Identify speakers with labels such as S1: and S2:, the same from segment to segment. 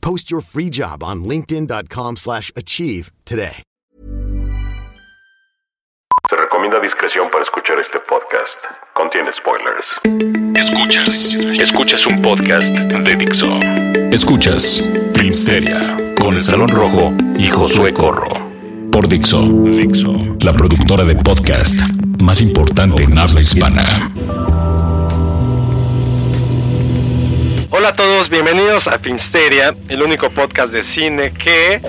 S1: Post your free job on linkedin.com/achieve slash achieve today.
S2: Se recomienda discreción para escuchar este podcast. Contiene spoilers.
S3: Escuchas, escuchas un podcast de Dixo. Escuchas Filmsteria con el Salón Rojo y Josué Corro. Por Dixo, la productora de podcast más importante en habla hispana.
S4: Hola a todos, bienvenidos a Filmsteria, el único podcast de cine que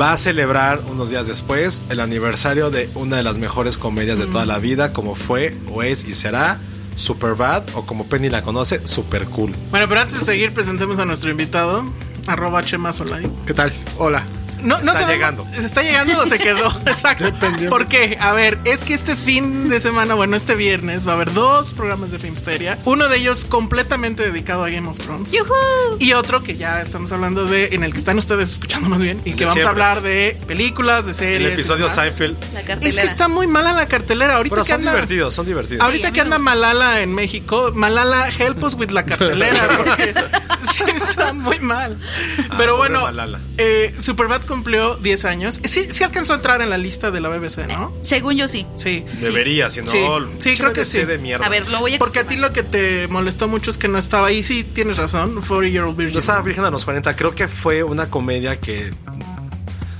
S4: va a celebrar unos días después el aniversario de una de las mejores comedias de toda la vida, como fue, o es y será Superbad, o como Penny la conoce, Super Cool.
S5: Bueno, pero antes de seguir, presentemos a nuestro invitado, arroba Chema Solari.
S6: ¿Qué tal? Hola.
S5: No,
S4: Está
S5: sabemos-
S4: llegando.
S5: ¿Se está llegando o se quedó? Exacto.
S6: Dependiendo.
S5: ¿Por qué? A ver, es que este fin de semana, bueno, este viernes, va a haber dos programas de Filmsteria. Uno de ellos completamente dedicado a Game of Thrones. Y otro que ya estamos hablando de, en el que están ustedes escuchando más bien, y que
S4: de
S5: vamos
S4: siempre.
S5: a hablar de películas, de
S4: El
S5: series. y
S4: episodio
S5: demás.
S4: Seinfeld.
S7: La
S5: Es
S7: cartelera.
S5: que está muy mala la cartelera ahorita.
S4: Pero
S5: que
S4: son
S5: anda-
S4: divertidos, son divertidos.
S5: Ahorita
S7: a mí
S5: que
S7: me
S5: anda
S7: gusta.
S5: Malala en México, Malala, help us with la cartelera, porque sí está muy mal. Pero
S7: Ah,
S4: pobre
S5: bueno,
S4: Malala.
S5: eh, Superbad cumplió 10 años. Sí, sí alcanzó a entrar en la lista de la BBC, ¿no?
S7: Según yo sí.
S5: Sí.
S4: Debería, si no.
S5: Sí, sí, creo que
S4: BBC
S5: sí.
S4: de mierda.
S7: A ver, lo voy a
S5: Porque a ti lo que te molestó mucho es que no estaba ahí. Sí, tienes razón. 40 Year Old Virgin.
S4: Yo estaba virgen a los 40. Creo que fue una comedia que.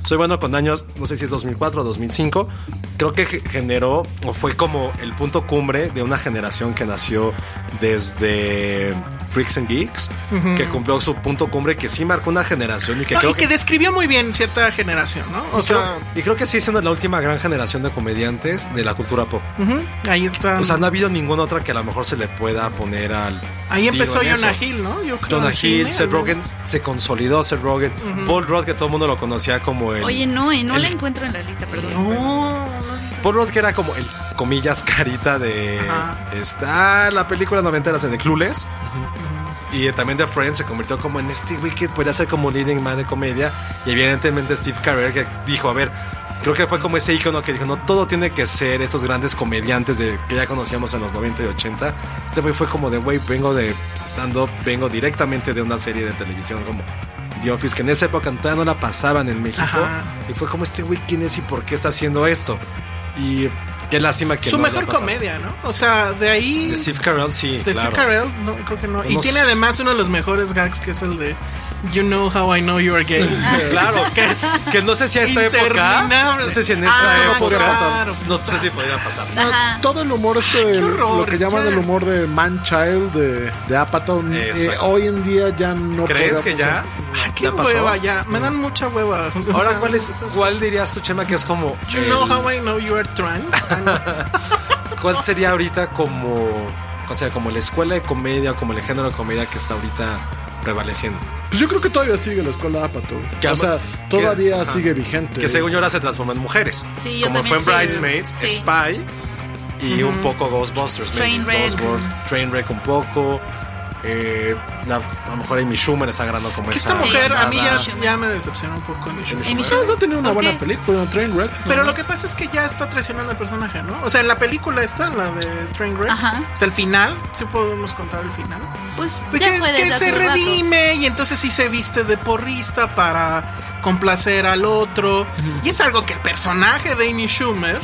S4: Soy bueno con años, no sé si es 2004 o 2005. Creo que ge- generó o fue como el punto cumbre de una generación que nació desde Freaks and Geeks, que cumplió su punto cumbre, que sí marcó una generación y que
S5: No,
S4: creo
S5: y que describió muy bien cierta generación, ¿no? O
S4: y creo-
S5: sea,
S4: y creo que sí es una- la última gran generación de comediantes de la cultura pop.
S5: ahí está.
S4: O sea, no ha habido ninguna otra que a lo mejor se le pueda poner al.
S5: ahí
S4: tiro
S5: empezó
S4: en eso.
S5: Jonah Hill, ¿no? Yo creo,
S4: Jonah
S5: en cine,
S4: Hill, Seth
S5: al menos.
S4: Rogen, se consolidó Seth Rogen, Paul Rudd, que todo el mundo lo conocía como el...
S7: Oye, no, y no
S4: el-
S7: la encuentro en la lista, perdón.
S5: No, no
S4: Paul Rudd, que era como el, comillas, carita de...
S5: Ajá.
S4: Está la película noventeras en el Clueless. Y eh, también de Friends se convirtió como en este güey que podría ser como leading man de comedia. Y evidentemente Steve Carell que dijo, a ver, creo que fue como ese icono que dijo, no, todo tiene que ser estos grandes comediantes de, que ya conocíamos en los 90 y 80. Este güey fue como de, güey, vengo de stand-up, vengo directamente de una serie de televisión como The Office, que en esa época todavía no la pasaban en México.
S5: Ajá.
S4: Y fue como, este güey, ¿quién es y por qué está haciendo esto? Y qué lástima que...
S5: su
S4: no haya
S5: mejor
S4: pasado.
S5: comedia, ¿no? O sea, de ahí.
S4: De Steve Carell, sí.
S5: de
S4: claro.
S5: Steve Carell, no, creo que no. Y
S4: Unos-
S5: tiene además uno de los mejores gags que es el de You know how I know you're gay.
S4: Claro, que, que no sé si a esta época.
S5: Interminable.
S4: No sé si en
S5: Ah,
S4: esta época podría
S5: claro.
S4: pasar. No sé si podría pasar.
S7: Ajá.
S6: Todo el humor este, de-
S5: horror,
S6: lo que llaman
S5: claro.
S6: el humor de Man Child, de, de Apatow, eh,
S4: Exacto.
S6: hoy en día ya no
S4: ¿Crees
S6: podría
S4: que ya?
S6: pasar.
S5: Ah, qué hueva ya. Me dan mucha hueva. O
S4: Ahora,
S5: sea,
S4: ¿cuál, es,
S5: entonces,
S4: ¿cuál dirías tú, Chema, que es como.
S5: You know
S4: el-
S5: how I know you are trans.
S4: ¿Cuál sería ahorita como. O sea, como la escuela de comedia, como el género de comedia que está ahorita prevaleciendo?
S6: Pues yo creo que todavía sigue la escuela Apatow.
S4: Que
S6: O sea,
S4: ama-
S6: todavía
S4: que- ajá.
S6: sigue vigente.
S4: Que según yo ahora se transforma en mujeres.
S7: Sí, yo
S4: como
S7: también
S4: fue en
S7: sí.
S4: Bridesmaids,
S7: Sí.
S4: Spy y un poco Ghostbusters. maybe,
S7: Trainwreck.
S4: Ghostbusters, Trainwreck un poco. eh, la- a lo mejor Amy Schumer está agarrando como
S5: Que
S4: esa.
S5: esta mujer a mí ya,
S7: nada.
S5: ya me decepcionó un poco. Amy Schumer.
S7: Amy
S6: Esa tenía una
S7: ¿Por
S6: buena
S7: qué?
S6: película, Trainwreck. ¿no?
S5: Pero lo que pasa es que ya está traicionando al personaje, ¿no? O sea, en la película esta, la de Trainwreck,
S7: Ajá.
S5: o sea, el final, sí podemos contar el final.
S7: Pues
S5: Pues
S7: ya
S5: que,
S7: fue
S5: que
S7: desde hace
S5: se
S7: un rato.
S5: redime y entonces sí se viste de porrista para complacer al otro. Y es algo que el personaje de Amy Schumer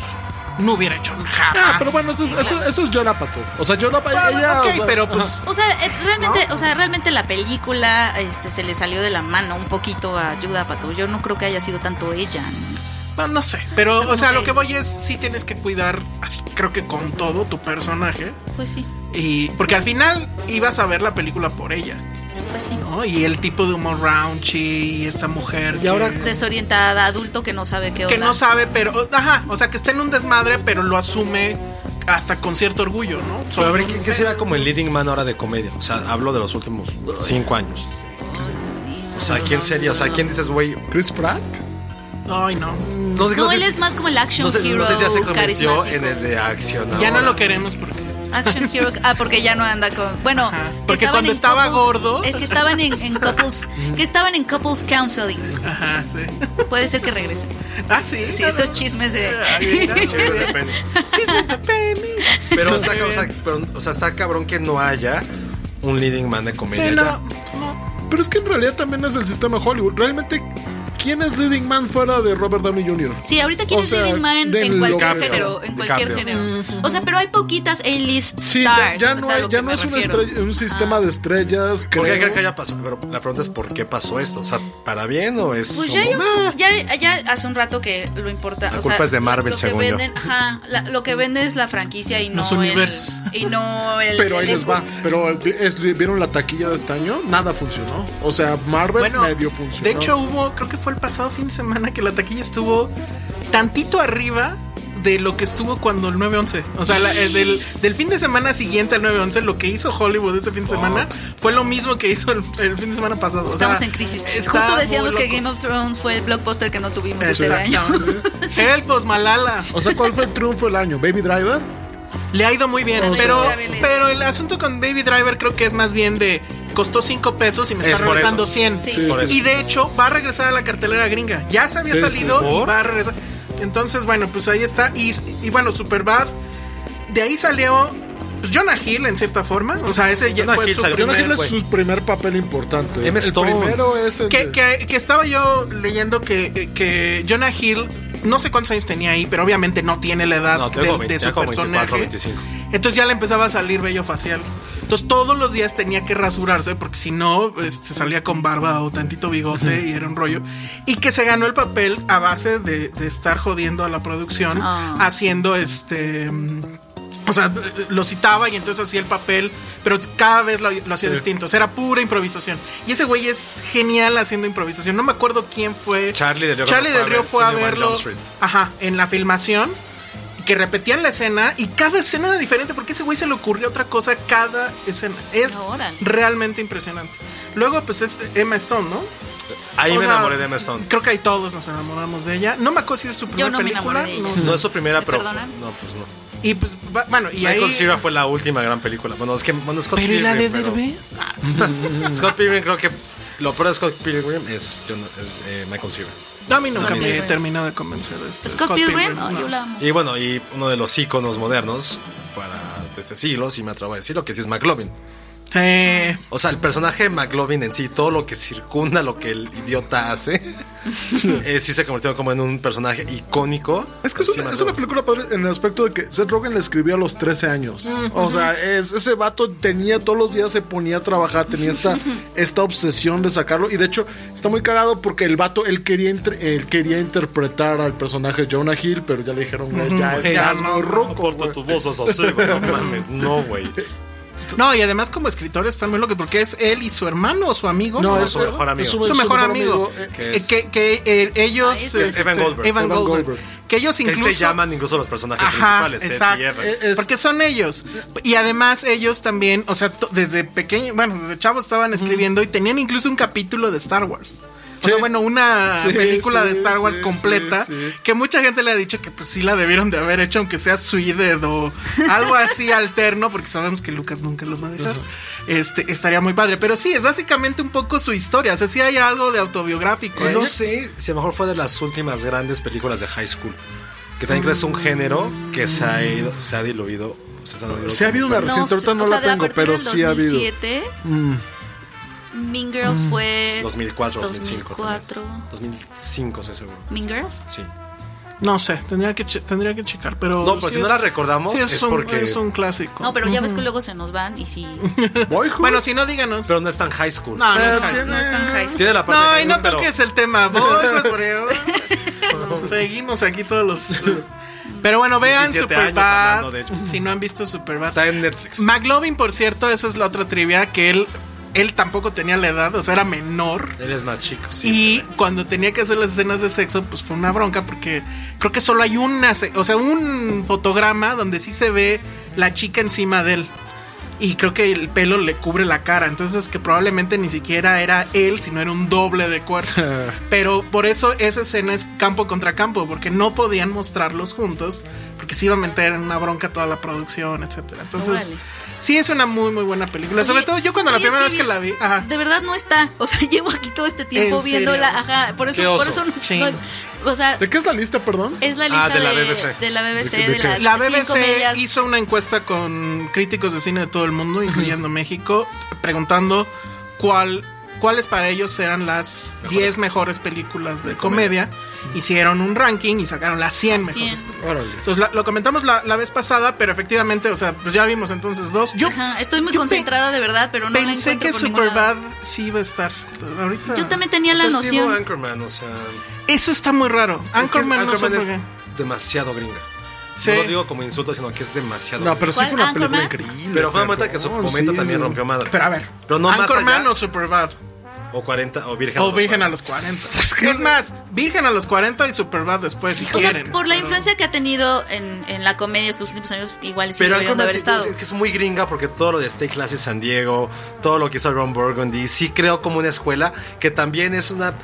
S5: no hubiera hecho jamás.
S6: Ah, pero bueno, eso es, eso, eso es John Apatow. O sea, John Apatow.
S5: Bueno,
S6: ella,
S5: ok,
S6: o sea,
S5: pero pues.
S7: O sea, eh, realmente, o sea, realmente la película este, se le salió de la mano un poquito a Judah Apatow. Yo no creo que haya sido tanto ella. ¿no?
S5: Bueno, no sé, pero
S7: O sea,
S5: o sea,
S7: como
S5: lo
S7: que-
S5: que voy es sí tienes que cuidar así creo que con todo tu personaje
S7: Pues sí,
S5: y porque al final ibas a ver la película por ella,
S7: pues sí.
S5: ¿no? Y el tipo de humor raunchy y esta mujer
S4: Y
S5: que-
S4: ahora-
S7: Desorientada, adulto que no sabe qué onda.
S5: que no sabe, pero ajá, o sea, que está en un desmadre, pero lo asume hasta con cierto orgullo, ¿no?
S4: O sea, a ver,
S5: Sobre-
S4: ¿qué, qué será como el leading man ahora de comedia? O sea, hablo de los últimos cinco años. O sea, ¿quién sería? O sea, ¿quién dices, güey?
S6: Chris Pratt.
S5: Ay, no.
S4: No, sé,
S7: No,
S4: sé
S7: él
S4: si-
S7: es más como el action
S4: no sé,
S7: hero
S4: No sé si ya se convirtió
S7: carismático.
S4: en el de acción.
S5: Ya no
S4: ahora.
S5: lo queremos porque
S7: Action Hero. Ah, porque ya no anda con. Bueno,
S5: Ajá.
S7: que
S5: Porque
S7: estaban
S5: cuando
S7: en
S5: estaba
S7: couple-
S5: gordo-
S7: Es que estaban en, en couples. Que estaban en couples counseling.
S5: ajá, sí.
S7: Puede ser que regrese.
S5: Ah, sí.
S7: Sí,
S5: no,
S7: estos
S5: no.
S7: chismes de.
S5: Ay, no, chismes de- chismes de peli.
S4: Pero, está, o sea, pero, o sea, está cabrón que no haya un leading man de comedia.
S5: Sí,
S4: ya.
S5: no,
S6: pues
S5: no.
S6: Pero es que en realidad también es el sistema Hollywood. Realmente, ¿quién es Leading Man fuera de Robert Downey Jr.?
S7: Sí, ahorita quieres
S6: O sea,
S7: Living Man en,
S6: de
S7: en cualquier
S4: DiCaprio,
S7: género. En cualquier
S4: DiCaprio.
S7: género. O sea, pero hay poquitas A-list
S6: Sí, ya,
S7: stars.
S6: ya
S7: o
S6: no,
S7: sea,
S6: hay-
S7: lo
S6: ya
S7: que
S6: no
S7: me
S6: es una
S7: refiero.
S6: estrella- un sistema de estrellas.
S4: ¿Por qué
S6: creo.
S4: creen que haya pasado? Pero la pregunta es ¿por qué pasó esto? O sea, ¿para bien o es.?
S7: Pues ya,
S4: como-
S7: yo- ya, ya hace un rato que lo importa.
S4: La
S7: o
S4: culpa
S7: sea,
S4: es de Marvel,
S7: lo que
S4: según yo.
S7: venden- ajá, la- lo que vende es la franquicia y no.
S5: Los
S7: el-
S5: universos.
S7: y no el.
S6: Pero ahí
S7: el-
S6: les va. Pero es- vieron la taquilla de este año, nada funcionó. O sea, Marvel
S5: Bueno,
S6: medio funcionó.
S5: de hecho hubo, creo que fue el pasado fin de semana que la taquilla estuvo tantito arriba de lo que estuvo cuando el 9-11. O sea, la- el del, del fin de semana siguiente al 9-11, lo que hizo Hollywood ese fin de semana fue lo mismo que hizo el, el fin de semana pasado. O sea,
S7: Estamos en crisis.
S5: está
S7: Justo decíamos
S5: muy
S7: que
S5: loco.
S7: Game of Thrones fue el blockbuster que no tuvimos este año.
S5: Exactamente. Helpos, Malala.
S6: O sea, ¿cuál fue el triunfo del año? ¿Baby Driver?
S5: Le ha ido muy bien,
S7: Baby
S5: pero,
S7: Driver.
S5: pero el asunto con Baby Driver creo que es más bien de costó 5 pesos y me
S4: Es
S5: está
S4: por
S5: regresando
S4: eso.
S5: 100.
S7: Sí. Es por
S4: eso.
S5: Y de hecho va a regresar a la cartelera gringa. Ya se había
S6: Sí,
S5: salido
S4: sí, sí.
S5: y va a regresar. Entonces, bueno, pues ahí está. Y, y bueno, Superbad. De ahí salió pues, Jonah Hill en cierta forma. O sea, ese ya
S4: Jonah
S5: fue
S4: Hill
S5: su
S4: salió-
S6: Jonah
S5: primer-
S6: Hill es
S4: güey.
S6: su primer papel importante.
S4: Emma
S6: el
S4: Stone.
S6: primero es el
S5: que,
S6: de-
S5: que- que estaba yo leyendo que, que Jonah Hill, no sé cuántos años tenía ahí, pero obviamente no tiene la edad
S4: No,
S5: de,
S4: tengo
S5: de
S4: 20,
S5: su
S4: tengo como
S5: personaje.
S4: 24, 25.
S5: Entonces ya le empezaba a salir vello facial. Entonces todos los días tenía que rasurarse porque si no, se salía con barba o tantito bigote y era un rollo. Y que se ganó el papel a base de, de estar jodiendo a la producción,
S7: Ah.
S5: haciendo este... mm, O sea, lo citaba y entonces hacía el papel, pero cada vez lo, lo hacía distinto. O sea, era pura improvisación. Y ese güey es genial haciendo improvisación. No me acuerdo quién fue.
S4: Charlie del Río creo
S5: Charlie
S4: que
S5: del Río fue a
S4: Twenty One
S5: verlo.
S4: Jump Street.
S5: Ajá, en la filmación. Que repetían la escena y cada escena era diferente porque a ese güey se le ocurrió otra cosa cada escena. Es
S7: Ah, Órale.
S5: realmente impresionante. Luego, pues es Emma Stone, ¿no?
S4: Ahí
S5: O
S4: me
S5: sea,
S4: enamoré de Emma Stone.
S5: Creo que ahí todos nos enamoramos de ella. No me acuerdo si es su primera
S7: no me
S5: película.
S7: enamoré de
S5: no
S7: ella.
S5: sé.
S4: No es su primera,
S7: ¿Me
S4: pero.
S7: perdonan?
S4: No, pues no.
S5: Y pues, va- bueno, y
S4: Michael
S5: ahí.
S4: Cera fue la última gran película. Bueno, es que. Bueno, Scott
S5: Pero y la de
S4: Pilgrim, pero-
S5: Derbez.
S4: Scott Pilgrim, creo que. Lo peor de Scott Pilgrim es, John- es, eh, Michael Cera.
S5: No, a mí nunca
S4: Scott
S5: me
S7: Pilgrim.
S5: terminó de convencer. Este,
S7: Scott Pilgrim,
S5: no.
S7: oh, yo la amo.
S4: Y bueno, y uno de los íconos modernos para de este siglo, si me atrevo a decirlo, que sí es McLovin.
S5: Sí.
S4: O sea, el personaje de McLovin en sí, todo lo que circunda lo que el idiota hace, eh, sí se convirtió como en un personaje icónico. Pues
S6: Es que es
S4: Sí,
S6: una,
S4: me
S6: es una
S4: atrevo.
S6: película padre en el aspecto de que Seth Rogen la escribió a los 13 años. O sea, es- ese vato tenía todos los días, se ponía a trabajar, tenía esta, esta obsesión de sacarlo. Y de hecho, está muy cagado porque el vato, él quería, entre- él quería interpretar al personaje Jonah Hill, pero ya le dijeron, güey, ya
S5: Güey,
S6: estás
S5: ya no,
S6: muy
S5: no,
S6: ruco.
S4: Corta
S6: güey.
S4: tu voz, es así, güey, No mames, no, güey.
S5: No, y además como escritores están muy locos porque es él y su hermano o su amigo.
S6: No,
S4: No,
S6: es
S4: su mejor amigo.
S6: es
S5: su, mejor amigo.
S6: eh,
S4: que
S5: eh,
S4: es-
S5: que que, eh, ellos...
S7: Ah, ese es-
S5: este,
S4: Evan Goldberg.
S6: Evan
S5: Goldberg.
S6: Goldberg.
S5: Que ellos
S4: Que
S5: incluso...
S4: se llaman incluso los personajes
S5: Ajá,
S4: principales, Seth y
S5: exacto.
S4: Evan.
S6: Eh, es-
S5: Porque son ellos. Y además ellos también, o sea, to- desde pequeño, bueno, desde chavos estaban escribiendo y tenían incluso un capítulo de Star Wars. O sea, bueno, una
S6: Sí,
S5: película
S6: sí,
S5: de Star Wars
S6: sí,
S5: completa
S6: sí, sí.
S5: que mucha gente le ha dicho que pues sí la debieron de haber hecho, aunque sea Suided o algo así alterno, porque sabemos que Lucas nunca los va a dejar. Este, estaría muy padre. Pero sí, es básicamente un poco su historia. O sea, sí hay algo de autobiográfico. ¿eh?
S4: No sé si a lo mejor fue de las últimas grandes películas de high school. Que también creo que es un género que se ha ido, se ha diluido. Se, ha diluido
S6: Sí ha habido una
S7: No,
S6: reciente, ahorita
S7: o
S6: no
S7: sea,
S6: la
S7: de a
S6: tengo,
S7: partir
S6: pero
S7: del
S6: sí ha habido.
S7: 2007,
S5: Mm.
S7: Mean Girls
S4: Mm.
S7: fue.
S4: 2004, 2005. 2004. 2005, estoy seguro.
S7: Mean Girls.
S4: Sí.
S5: No sé, tendría que, che- tendría que checar, pero.
S4: No, pero si no la recordamos,
S5: sí
S4: es
S5: un,
S4: porque-
S5: Es un clásico.
S7: No, pero ya ves que luego se nos van y sí.
S6: Boyhood.
S5: Bueno, si no, díganos.
S4: Pero no es tan high school.
S5: no, no,
S6: Pero
S5: es high school.
S7: No están high school.
S4: Tiene la parte de
S5: No,
S4: high
S5: y
S4: school,
S5: no
S4: pero-
S5: toques el tema. Boyhood, por favor. Seguimos aquí todos los. Pero bueno, vean
S4: 17 años
S5: Superbad.
S4: hablando de ello.
S5: Si no han visto Superbad.
S4: Está en Netflix.
S5: McLovin, por cierto, esa es la otra trivia que él, él tampoco tenía la edad, o sea, era menor.
S4: Él es más chico, sí.
S6: eh.
S5: Y cuando tenía que hacer las escenas de sexo, pues fue una bronca porque creo que solo hay una, se- o sea, un fotograma donde sí se ve la chica encima de él. Y creo que el pelo le cubre la cara, entonces que probablemente ni siquiera era él, sino era un doble de cuerpo. Pero por eso esa escena es campo contra campo, porque no podían mostrarlos juntos, porque se iba a meter en una bronca toda la producción, etcétera. Entonces,
S7: Órale.
S5: sí es una muy muy buena película. Sobre
S7: Oye,
S5: todo yo cuando la
S7: oye,
S5: primera vez
S7: Pibi,
S5: que la vi, ajá.
S7: De verdad no está. O sea, llevo aquí todo este tiempo
S5: ¿En serio?
S7: viéndola. Ajá, por eso,
S4: Qué oso.
S7: por eso no-
S5: Chin.
S7: no- O sea,
S6: ¿De qué es la lista, perdón?
S7: es la lista
S4: Ah, de la BBC.
S7: de la BBC,
S6: ¿De- de
S7: de,
S6: qué?
S7: las
S5: La BBC
S7: cinco medias.
S5: hizo una encuesta con críticos de cine de todo el mundo, incluyendo México, preguntando cuál, cuáles para ellos eran las 10 mejores películas de, comedia. Hicieron un ranking y sacaron las 100
S7: Las
S5: mejores.
S7: 100.
S5: películas. Entonces la- lo comentamos la, la vez pasada, pero efectivamente, o sea, pues ya vimos entonces dos. Yo
S7: Ajá, estoy muy
S5: yo pe-
S7: concentrada de verdad, pero no la
S5: pensé
S7: encuentro
S5: que
S7: por ningún lado.
S5: Superbad sí iba a estar. Ahorita.
S7: Yo también tenía
S4: Pues
S7: la
S4: es tipo
S7: noción.
S4: Anchorman, o sea.
S5: Eso está muy raro.
S4: es que
S5: Anchorman, no sé
S4: Anchorman
S5: por
S4: es
S5: qué.
S4: demasiado gringa.
S5: Sí.
S4: No lo digo como insulto, sino que es demasiado.
S6: No,
S4: gringa.
S6: pero sí
S7: ¿Cuál?
S6: fue una película
S7: ¿Anchorman?
S6: increíble.
S4: Pero fue un momento que en su
S6: perdón,
S4: momento
S6: sí,
S4: también
S6: sí.
S4: rompió madre.
S5: Pero a ver.
S4: Pero no más
S5: Anchorman
S4: allá.
S5: o Superbad.
S4: O 40 o Virgen.
S5: O Virgen a
S4: los
S5: los 40. es más, Virgen a los 40 y Superbad después, si
S7: O sea,
S5: quieren.
S7: por la
S5: pero-
S7: influencia que ha tenido en, en la comedia estos últimos años, igual sí
S4: Pero
S7: deberían
S4: Anchorman
S7: de haber
S4: sí,
S7: estado.
S4: es que es muy gringa porque todo lo de Stay Class y San Diego, todo lo que hizo Ron Burgundy, sí creo como una escuela que también es una...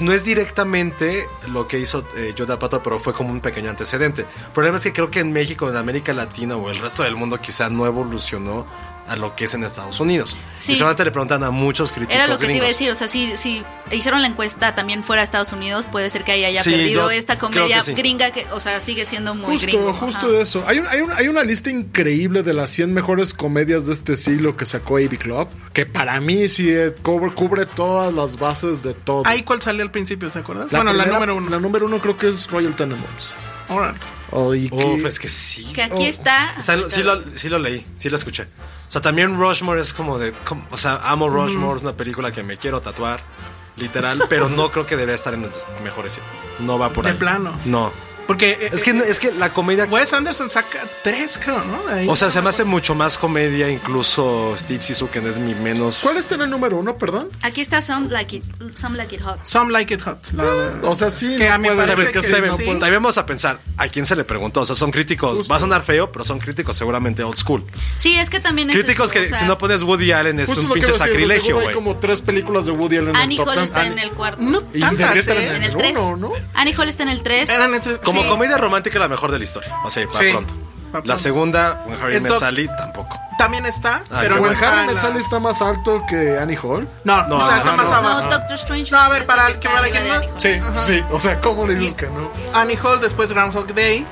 S4: No es directamente lo que hizo eh, Joe D'Apato, pero fue como un pequeño antecedente. El problema es que creo que en México, en América Latina o el resto del mundo quizá no evolucionó a lo que es en Estados Unidos.
S7: Sí.
S4: Y solamente le preguntan a muchos críticos
S7: Era lo que te iba a
S4: gringos.
S7: decir, o sea, si, si hicieron la encuesta también fuera de Estados Unidos, puede ser que ahí haya
S4: Sí, yo
S7: perdido esta
S4: creo
S7: comedia
S4: que sí.
S7: gringa que, o sea, sigue siendo muy
S6: Justo,
S7: gringa.
S6: justo eso. Hay, un- hay, un- hay una lista increíble de las 100 mejores comedias de este siglo que sacó AB Club, que para mí sí eh, cubre, cubre todas las bases de todo.
S5: Ahí cuál salió al principio, ¿te acuerdas? bueno, la
S6: primera-
S5: número uno.
S6: La número uno creo que es Royal Tenenbaums.
S5: Órale.
S6: Oh, y
S4: Uf,
S6: que-
S4: es que sí.
S7: Que aquí está.
S4: Está- sí, lo, sí lo leí, sí lo escuché. O sea, también Rushmore es como de... como- o sea, amo Rushmore, es una película que me quiero tatuar, literal, pero no creo que debería estar en los mejores. No va por
S5: De
S4: ahí.
S5: plano.
S4: No.
S5: Porque eh,
S4: Es que, es que la comedia...
S5: Wes Anderson saca tres, creo, ¿no? De ahí.
S4: O sea, se me hace mucho más comedia, incluso Steve Zissou, que es mi menos...
S6: ¿Cuál está en el número uno, perdón?
S7: Aquí está Some Like It, Some like It Hot.
S5: Some Like It Hot. la-
S6: O sea, sí.
S5: Que
S6: no
S5: a mí me
S6: puede-
S4: A
S5: parece
S4: ver,
S5: que
S4: que también,
S5: sí.
S4: también vamos a pensar a quién se le preguntó. O sea, son críticos. Va a sonar feo, pero son críticos seguramente old school.
S7: Sí, es que también es
S4: Críticos
S7: eso,
S4: que
S7: o sea,
S4: si no pones Woody Allen es
S6: Justo
S4: un
S6: lo que
S4: pinche
S6: iba a decir, de
S4: sacrilegio,
S6: seguro Hay
S4: güey.
S6: como tres películas de Woody Allen en
S7: Annie
S6: el top
S7: Hall
S6: ten.
S7: está
S6: Annie-
S7: en el cuarto.
S5: No
S6: Y
S5: tantas,
S6: debería estar
S5: ¿eh?
S6: en
S7: en el
S6: el
S7: 3.
S6: uno, ¿no?
S7: Annie Hall está en el 3.
S5: Eran entre-
S4: Como
S5: sí.
S4: comedia romántica la mejor de la historia. O sea, para
S5: Sí,
S4: pronto.
S5: pa' pronto.
S4: La segunda, When Harry
S5: Esto-
S4: Met Sally, tampoco.
S5: También está,
S4: Ah, qué
S5: pero no
S4: bueno.
S5: está,
S6: Harry
S5: en
S6: Met Sally
S5: las-
S6: está más alto que Annie Hall.
S5: No, no,
S4: No,
S5: o sea, está
S4: no,
S5: más
S4: no.
S5: abajo.
S7: No, Doctor Strange.
S5: No, a ver,
S7: es
S5: para
S7: la
S5: el
S7: que
S5: que
S7: está
S5: para
S7: arriba
S5: que
S7: de
S5: no-
S7: Annie Hall.
S6: Sí, sí. O sea, ¿cómo le dices
S5: Y-
S6: que no?
S5: Annie Hall, después Groundhog Day.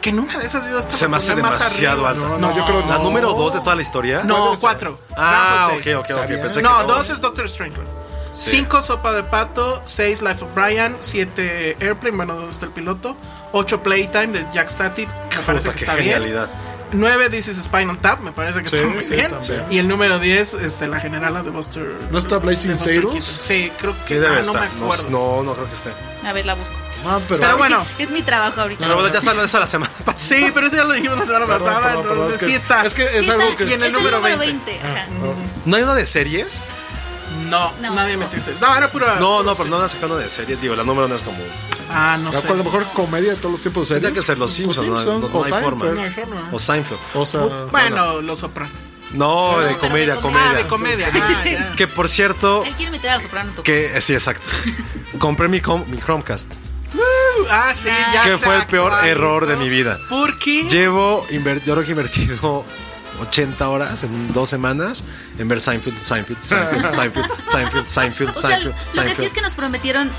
S5: Que en una de esas yo estaba
S4: Se me hace
S5: más
S4: demasiado
S5: arriba.
S4: alto.
S6: No, yo creo
S4: La
S6: no.
S4: número dos de toda la historia.
S5: No, cuatro.
S4: Ah,
S5: Groundhog
S4: ok,
S5: Day.
S4: ok, ok. Pensé
S5: No,
S4: que
S5: dos es Doctor Strangelove.
S4: Sí.
S5: Cinco, Sopa de Pato. Seis, Life of Brian. Siete, Airplane. Bueno, donde está el piloto. Ocho, Playtime de Jack Stati. Me parece
S4: Puta,
S5: que
S4: qué
S5: está bien.
S4: genialidad.
S5: Nueve, This is Spinal Tap. Me parece que
S6: Sí,
S5: está muy
S6: sí,
S5: bien.
S6: también.
S5: Y el número diez, este, la generala de Buster.
S6: ¿No está Blazing
S5: de Buster
S6: Saddles?
S5: Keaton. Sí, creo
S4: Sí,
S5: que
S4: debe
S5: ah, no me
S4: estar. No,
S5: acuerdo.
S4: no, no creo que esté.
S7: A ver, la busco.
S6: Ah, pero.
S5: Pero bueno.
S7: Es mi trabajo ahorita.
S4: Pero bueno, ya salió eso la semana pasada.
S5: Sí, pero eso ya lo dijimos la semana
S6: Perdón,
S5: pasada.
S6: perdón, perdón,
S5: entonces
S6: es que-
S5: sí está.
S6: es que es
S7: Sí
S6: algo
S7: está,
S6: que-
S5: Y en el
S7: es
S5: número Ah, oh, 20.
S7: 20, ajá.
S4: ¿No hay una de series?
S5: No,
S7: No.
S5: nadie metió series. No, era pura.
S4: No, no, pero no han sacado una de series. Digo, la número no es como.
S5: Ah, no sé.
S6: ¿Cuál es la mejor comedia de todos los tiempos de series?
S4: Tendría que ser Los Simpsons. no-
S6: Simpson,
S4: no, no
S6: o
S4: hay
S6: Seinfeld.
S4: forma. O Seinfeld.
S6: O sea,
S5: Bueno, Los Sopranos.
S4: No, de
S7: pero
S4: comedia, comedia.
S7: de comedia.
S5: Ah, de comedia. Ah, ya.
S4: Que por
S5: oh.
S4: cierto,
S7: Él quiere meter a la soprano. tú.
S4: que eh, sí, exacto. Compré mi, com- mi Chromecast.
S5: Ah, sí, ya.
S4: Que
S5: se
S4: fue el peor
S5: actualizó.
S4: error de mi vida.
S5: ¿Por qué?
S4: Llevo, inver- yo creo que he invertido 80 horas en dos semanas en ver Seinfeld, Seinfeld, Seinfeld, Seinfeld, Seinfeld, Seinfeld,
S7: O sea,
S4: Seinfeld,
S7: lo que sí es
S4: Seinfeld.
S7: que nos prometieron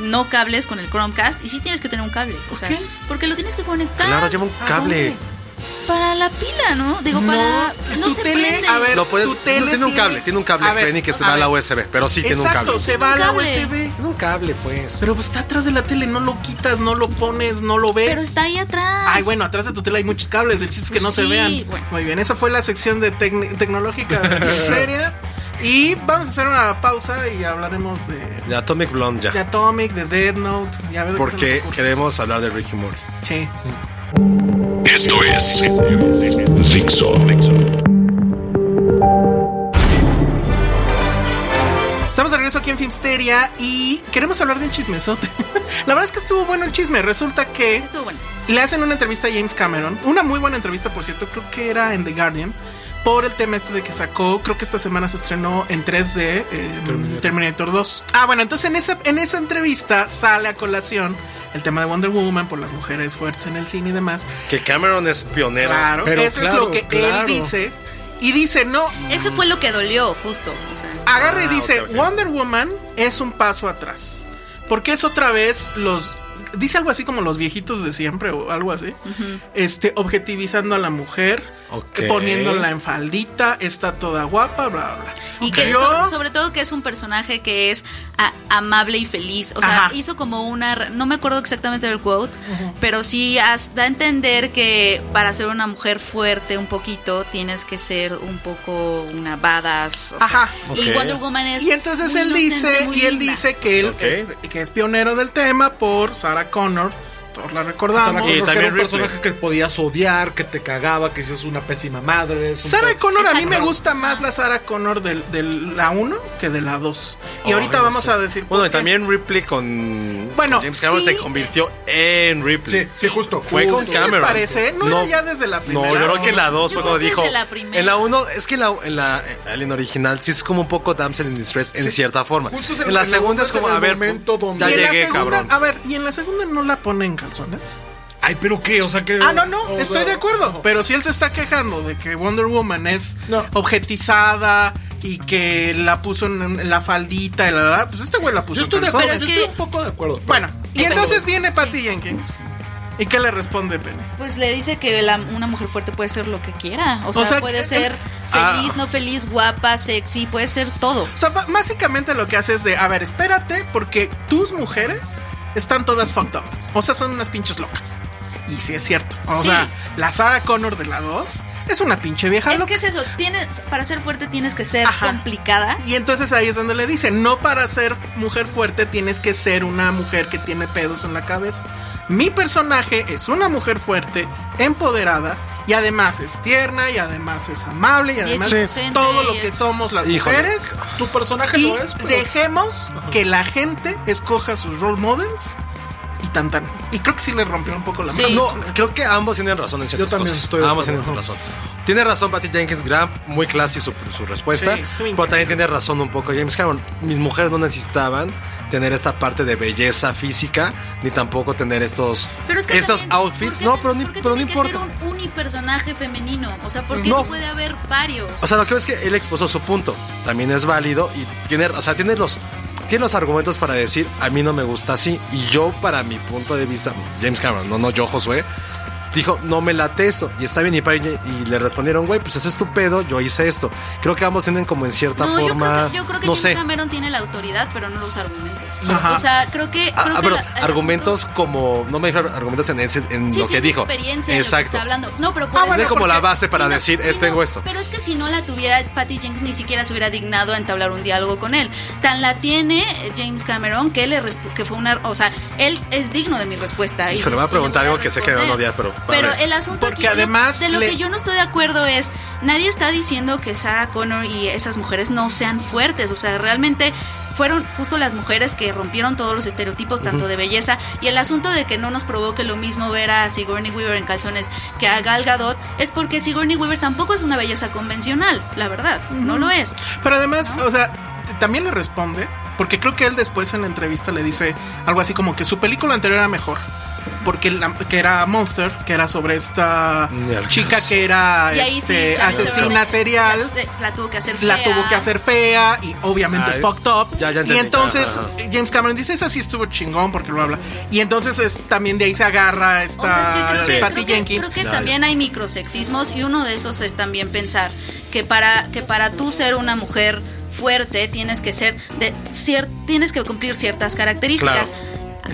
S7: no cables con el Chromecast y sí tienes que tener un cable. O sea,
S5: qué? Ah,
S7: porque lo tienes que conectar.
S4: Claro, llevo un
S5: ¿A
S4: cable.
S5: dónde?
S7: para la pila, ¿no? Digo, para. No
S5: tu
S7: se
S5: tele,
S7: prende.
S5: a ver,
S4: Lo puedes-
S5: tu tele
S4: no, tiene un cable, tiene un cable,
S5: A ver,
S4: Penny, que se va a
S5: ver.
S4: la USB, pero sí tiene un
S5: Exacto,
S4: cable.
S5: se va a la
S7: Cable.
S5: USB.
S4: Tiene un cable, pues.
S5: Pero pues, está atrás de la tele, no lo quitas, no lo pones, no lo ves.
S7: Pero está ahí atrás.
S5: Ay, bueno, atrás de tu tele hay muchos cables, el chiste es que no se
S7: Sí,
S5: vean.
S7: bueno.
S5: Muy bien, esa fue la sección de tecn- tecnológica seria. Y vamos a hacer una pausa y hablaremos de,
S4: De Atomic Blonde
S5: de
S4: ya.
S5: Atomic, de Dead Note. Ya veo que se
S4: Porque
S5: nos ocurre.
S4: queremos hablar de Ricky Morty.
S5: Sí.
S3: Esto es Dixo.
S5: Estamos de regreso aquí en Filmsteria y queremos hablar de un chismesote. la verdad es que estuvo bueno el chisme. Resulta que
S7: Estuvo bueno.
S5: le hacen una entrevista a James Cameron. Una muy buena entrevista, por cierto, creo que era en The Guardian. Por el tema este de que sacó, creo que esta semana se estrenó en 3D eh, Terminator. 2. Ah, bueno, entonces en esa, en esa entrevista sale a colación el tema de Wonder Woman por las mujeres fuertes en el cine y demás.
S4: Que Cameron es pionero.
S5: Claro,
S6: pero
S5: eso es
S6: claro,
S5: lo que
S6: claro.
S5: él dice. Y dice, no,
S7: Eso fue lo que dolió, justo. O sea,
S5: agarra y
S4: Ah,
S5: dice
S4: ok, ok.
S5: Wonder Woman es un paso atrás. Porque es otra vez los dice algo así como los viejitos de siempre o algo así. Este objetivizando a la mujer,
S4: Ok.
S5: poniéndola en faldita, está toda guapa, bla bla. bla.
S7: Y que
S5: Yo-
S7: sobre, sobre todo que es un personaje que es a- amable y feliz. O sea,
S5: Ajá.
S7: hizo como una. re- No me acuerdo exactamente del quote, pero sí as- da a entender que para ser una mujer fuerte un poquito tienes que ser un poco una badass. o sea,
S5: Ajá.
S7: Y
S4: Ok.
S7: Wonder Woman es.
S5: y entonces
S7: muy
S5: él
S7: inocente,
S5: dice
S7: muy
S5: y él
S7: linda.
S5: dice que él
S4: Ok.
S5: eh, que es pionero del tema por Sarah Connor, todos la recordamos.
S6: Porque
S4: Y
S6: era
S4: también
S6: un
S4: Ripley.
S6: personaje que podías odiar, que te cagaba, que hiciste una pésima madre. es un
S5: Sarah
S6: pe-
S5: Connor, a mí
S7: Exacto.
S5: me gusta más la Sarah Connor del- de la 1 que de la 2. Y ahorita
S4: Ay, no
S5: vamos
S4: sé.
S5: a decir. por
S4: Bueno, y
S5: qué.
S4: también Ripley con.
S5: Bueno,
S4: con James Cameron
S5: sí,
S4: se convirtió en Ripley.
S6: Sí, sí, justo.
S4: Fue
S6: justo.
S4: con
S5: ¿Sí les
S4: Cameron.
S5: parece? ¿eh? No era ya desde la primera,
S4: No, yo
S5: ¿no?
S4: creo que en la 2
S7: Yo
S4: fue
S7: creo
S4: cuando
S7: que
S4: dijo.
S7: desde la primera.
S4: En la 1, es que la, en la en Alien original sí es como un poco damsel in distress en cierta forma.
S6: Justo es el-
S4: en la
S6: en la
S4: segunda es
S6: segunda es
S4: como,
S6: el
S4: a ver,
S6: momento donde-
S4: ya
S5: Y en la
S4: llegué,
S5: segunda- ah,
S4: cabrón.
S5: A ver, ¿y en la segunda no la pone en calzones?
S6: Ay, pero qué, o sea que.
S5: Ah, no, no,
S6: o sea,
S5: estoy de acuerdo. Pero si él se está quejando de que Wonder Woman es
S6: No.
S5: objetizada y que la puso en en la faldita y la, la, la, pues este güey la puso
S6: Yo estoy
S5: en
S6: de acuerdo,
S5: calzones.
S7: Pero es
S6: yo
S7: que-
S6: estoy un poco de acuerdo.
S5: Bueno, y
S7: Depende.
S5: entonces viene Patty Jenkins. ¿Y qué le responde Penny?
S7: Pues le dice que la- una mujer fuerte puede ser lo que quiera. O,
S5: O
S7: sea,
S5: sea, eh,
S7: puede
S5: que-
S7: ser
S4: Ah.
S7: feliz, no feliz, guapa, sexy, puede ser todo.
S5: O sea, ba- básicamente lo que hace es de, a ver, espérate, porque tus mujeres están todas fucked up. O sea, son unas pinches locas. Y sí es cierto. O
S7: Sí.
S5: sea, la Sarah Connor de la 2 es una pinche vieja
S7: Es
S5: loca.
S7: que es eso, tiene, para ser fuerte tienes que ser
S5: Ajá.
S7: complicada.
S5: Y entonces ahí es donde le dicen, no para ser mujer fuerte tienes que ser una mujer que tiene pedos en la cabeza. Mi personaje es una mujer fuerte, empoderada, y además es tierna, y además es amable, y además
S7: inocente,
S5: todo lo
S7: y
S5: que
S7: es-
S5: somos las
S4: Híjole,
S5: mujeres.
S6: Tu personaje
S5: Y
S6: lo es, pero.
S5: dejemos que la gente escoja sus role models y tan tan. Y creo que sí le rompió un poco la
S7: Sí.
S5: mano.
S4: No, creo que ambos tienen razón en ciertas
S6: Yo también
S4: cosas.
S6: estoy de
S4: ambos
S6: acuerdo.
S4: tienen razón. Tiene razón Patty Jenkins Graham, muy classy su, su respuesta.
S5: Sí, estuvo
S4: pero
S5: increíble.
S4: también tiene razón un poco James Cameron. Mis mujeres no necesitaban tener esta parte de belleza física, ni tampoco tener estos,
S7: Pero es que
S4: estos
S7: también,
S4: outfits.
S7: ¿por qué
S4: No,
S7: te-
S4: pero, ni-
S7: por qué
S4: pero no
S7: tiene
S4: importa.
S7: que ser un unipersonaje femenino? O sea, ¿por qué
S4: No.
S7: no puede haber varios?
S4: O sea, lo que veo es que él expuso su punto. También es válido y tiene, o sea, tiene los, tiene los argumentos para decir, a mí no me gusta así. Y yo, para mi punto de vista, James Cameron, no, no yo, Josué, dijo, no me late esto. Y está bien, y, para- y le respondieron, güey, pues ese es tu pedo, yo hice esto. Creo que ambos tienen como en cierta
S7: no, yo
S4: forma,
S7: creo que, yo creo que
S4: no
S7: James
S4: sé.
S7: Cameron tiene la autoridad, pero no los argumentos.
S5: Ajá.
S7: O sea, creo que...
S4: Ah,
S7: creo
S4: ah,
S7: que
S4: pero
S7: la- el
S4: argumentos
S7: asunto-
S4: como, no me dijo argumentos en, ese- en
S7: Sí,
S4: lo que
S7: tiene
S4: dijo.
S7: experiencia en lo que
S4: Exacto.
S7: está hablando. No, pero
S4: Ah,
S7: por
S4: bueno,
S7: eso-
S4: como la
S7: porque
S4: base para
S7: no-
S4: decir, "Este
S7: no,
S4: o esto".
S7: Pero es que si no la tuviera Patty Jenkins, ni siquiera se hubiera dignado a entablar un diálogo con él. Tan la tiene eh, James Cameron que le resp- que fue una, o sea, él es digno de mi respuesta.
S4: Híjole,
S7: le
S4: voy a preguntar algo que sé que me van a odiar, pero, a ver.
S7: el asunto
S5: Porque
S7: aquí, de lo-
S5: además
S7: de lo
S5: le-
S7: que yo no estoy de acuerdo es nadie está diciendo que Sarah Connor y esas mujeres no sean fuertes, o sea, realmente fueron justo las mujeres que rompieron todos los estereotipos, tanto de belleza y el asunto de que no nos provoque lo mismo ver a Sigourney Weaver en calzones que a Gal Gadot es porque Sigourney Weaver tampoco es una belleza convencional, la verdad, no lo es.
S5: Pero además,
S7: ¿No?
S5: o sea, t- también le responde, porque creo que él después en la entrevista le dice algo así como que su película anterior era mejor. porque la- que era Monster, que era sobre esta
S4: Ni al
S5: chica
S4: caso.
S5: que era
S7: Y ahí sí,
S5: este,
S7: Charlize
S5: asesina
S7: Theron
S5: serial.
S7: La, la tuvo que hacer
S5: La
S7: fea.
S5: tuvo que hacer fea y obviamente
S4: Ah,
S5: fucked up.
S4: ya, ya
S5: y
S4: entendí.
S5: entonces
S4: Ajá.
S5: James Cameron dice: Esa sí estuvo chingón porque lo habla. Y entonces es, también de ahí se agarra
S7: O sea, es
S5: esta
S7: que creo que,
S5: Patty
S7: creo que-
S5: Jenkins.
S7: creo que también hay microsexismos y uno de esos es también pensar que para, que para tú ser una mujer fuerte tienes que ser de cier- tienes que cumplir ciertas características.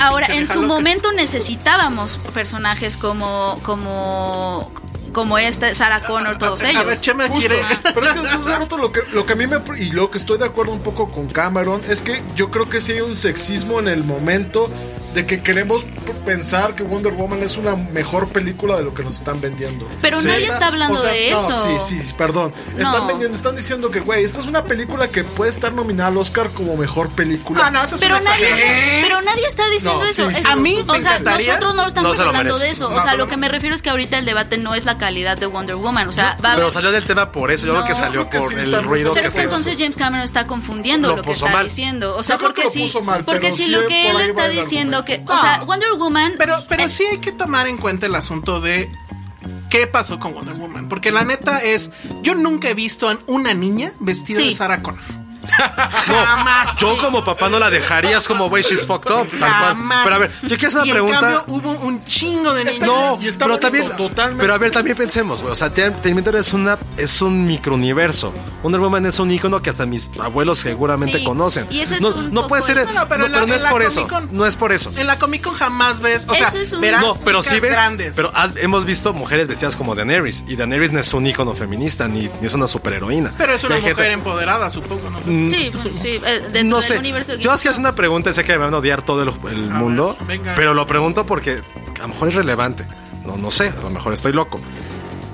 S7: Ahora,
S5: pinche
S7: en su
S5: viejalote.
S7: momento necesitábamos personajes como, como, como esta, Sarah Connor, todos
S5: a,
S7: ellos.
S5: ver, Chema
S6: Justo.
S5: quiere.
S6: Pero es que desde hace rato lo que, lo que a mí me. fr- Y lo que estoy de acuerdo un poco con Cameron es que yo creo que sí hay un sexismo en el momento de que queremos p- pensar que Wonder Woman es una mejor película de lo que nos están vendiendo.
S7: Pero
S6: Sí.
S7: nadie está hablando
S6: O sea,
S7: de
S6: no,
S7: eso.
S6: sí, sí, perdón. Están
S7: No.
S6: vendiendo, están diciendo que, güey, esta es una película que puede estar nominada al Oscar como mejor película.
S5: Ah, no, eso es
S7: Pero
S5: una
S7: nadie,
S5: exageración.
S7: pero nadie está diciendo
S6: No, sí,
S7: eso.
S6: sí,
S7: Es-
S5: a mí
S7: o
S5: me
S7: sea,
S5: encantaría.
S7: nosotros no estamos
S4: No se lo
S7: hablando
S4: merece.
S7: de eso.
S4: No
S7: o sea,
S4: se
S7: lo
S4: lo
S7: que me refiero es que ahorita el debate no es la calidad de Wonder Woman. O sea, va a
S4: Pero
S7: haber-
S4: salió del tema por eso. Yo creo que
S7: No,
S4: salió
S6: creo que
S4: por
S6: sí,
S4: el
S6: tal vez
S4: ruido
S6: creo
S7: Pero
S4: que
S7: es que
S4: fue.
S7: entonces James Cameron está confundiendo
S4: Lo
S7: lo, que
S4: puso
S7: está
S4: mal.
S7: diciendo. O sea,
S6: Yo creo
S7: porque
S6: que lo
S7: sí.
S6: puso mal,
S7: porque
S6: pero
S7: si
S6: sí,
S7: lo
S6: por
S7: que
S6: ahí
S7: él
S6: va
S7: está
S6: el
S7: diciendo
S6: argumento.
S7: que. O sea,
S5: No.
S7: Wonder Woman.
S5: Pero, pero
S7: eh,
S5: sí hay que tomar en cuenta el asunto de qué pasó con Wonder Woman. Porque la neta es, yo nunca he visto a una niña vestida
S7: Sí.
S5: de Sarah Connor. Jamás.
S4: Yo como papá no la dejarías como, güey, she's fucked up. Tal cual.
S5: Jamás.
S4: Pero a ver, yo quiero hacer
S5: Y
S4: una
S5: en
S4: pregunta.
S5: cambio, hubo un chingo de niñas.
S4: No,
S6: Y está
S4: pero
S6: bonito,
S4: también,
S6: totalmente.
S4: pero a ver, también pensemos, güey. O sea, Te- Terminator es una, es un microuniverso. Wonder Woman es un icono que hasta mis abuelos seguramente
S7: Sí,
S4: conocen.
S7: y ese es
S4: no,
S7: un
S4: no puede
S7: poco
S4: ser,
S7: el-
S4: no,
S5: No, pero
S4: pero
S5: en la-
S4: no
S5: en
S4: es
S5: la
S4: por eso,
S5: Comic-Con-
S4: no es por eso.
S5: En la Comic Con jamás ves. O sea,
S7: Eso es un-
S5: verás
S4: No, pero sí
S5: chicas
S4: ves,
S5: grandes.
S4: pero has- hemos visto mujeres vestidas como Daenerys y Daenerys no es un icono feminista ni, ni es una superheroína.
S5: Pero es una
S4: Y hay
S5: mujer
S4: gente-
S5: empoderada, supongo, ¿no?
S7: Sí, bueno, sí. eh, Dentro
S4: mm, no
S7: del
S4: sé.
S7: universo de
S4: Yo
S7: Game
S4: hacía
S7: of
S4: una pregunta, y sé que me van a odiar todo el, el
S5: A
S4: mundo,
S5: ver, venga.
S4: pero lo pregunto porque a lo mejor es relevante. No, no sé, a lo mejor estoy loco.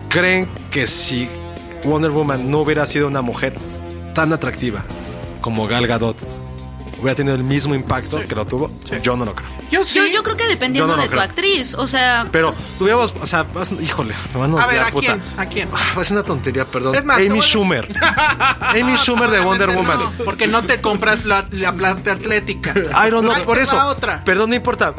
S4: ¿Creen que si Wonder Woman no hubiera sido una mujer tan atractiva como Gal Gadot, hubiera tenido el mismo impacto que lo tuvo? Yo no lo creo.
S5: Yo
S7: Thrones.
S5: sí.
S7: Yo, yo creo que dependiendo
S4: Yo no lo
S7: de tu
S4: creo.
S7: actriz. O sea,
S4: Pero tuviéramos, o sea, vas- híjole, me van a
S5: A ver,
S4: odiar,
S5: ¿a
S4: puta.
S5: quién? ¿A quién?
S4: Ah, Es una tontería, perdón.
S5: Es más, te voy
S4: Amy
S5: a-
S4: Schumer. Amy Schumer de Wonder
S5: Ah, Obviamente
S4: Woman.
S5: no, porque no te compras la, la planta atlética.
S4: I don't know,
S5: Ahí
S4: por
S5: te
S4: eso.
S5: va otra.
S4: Perdón, no importa.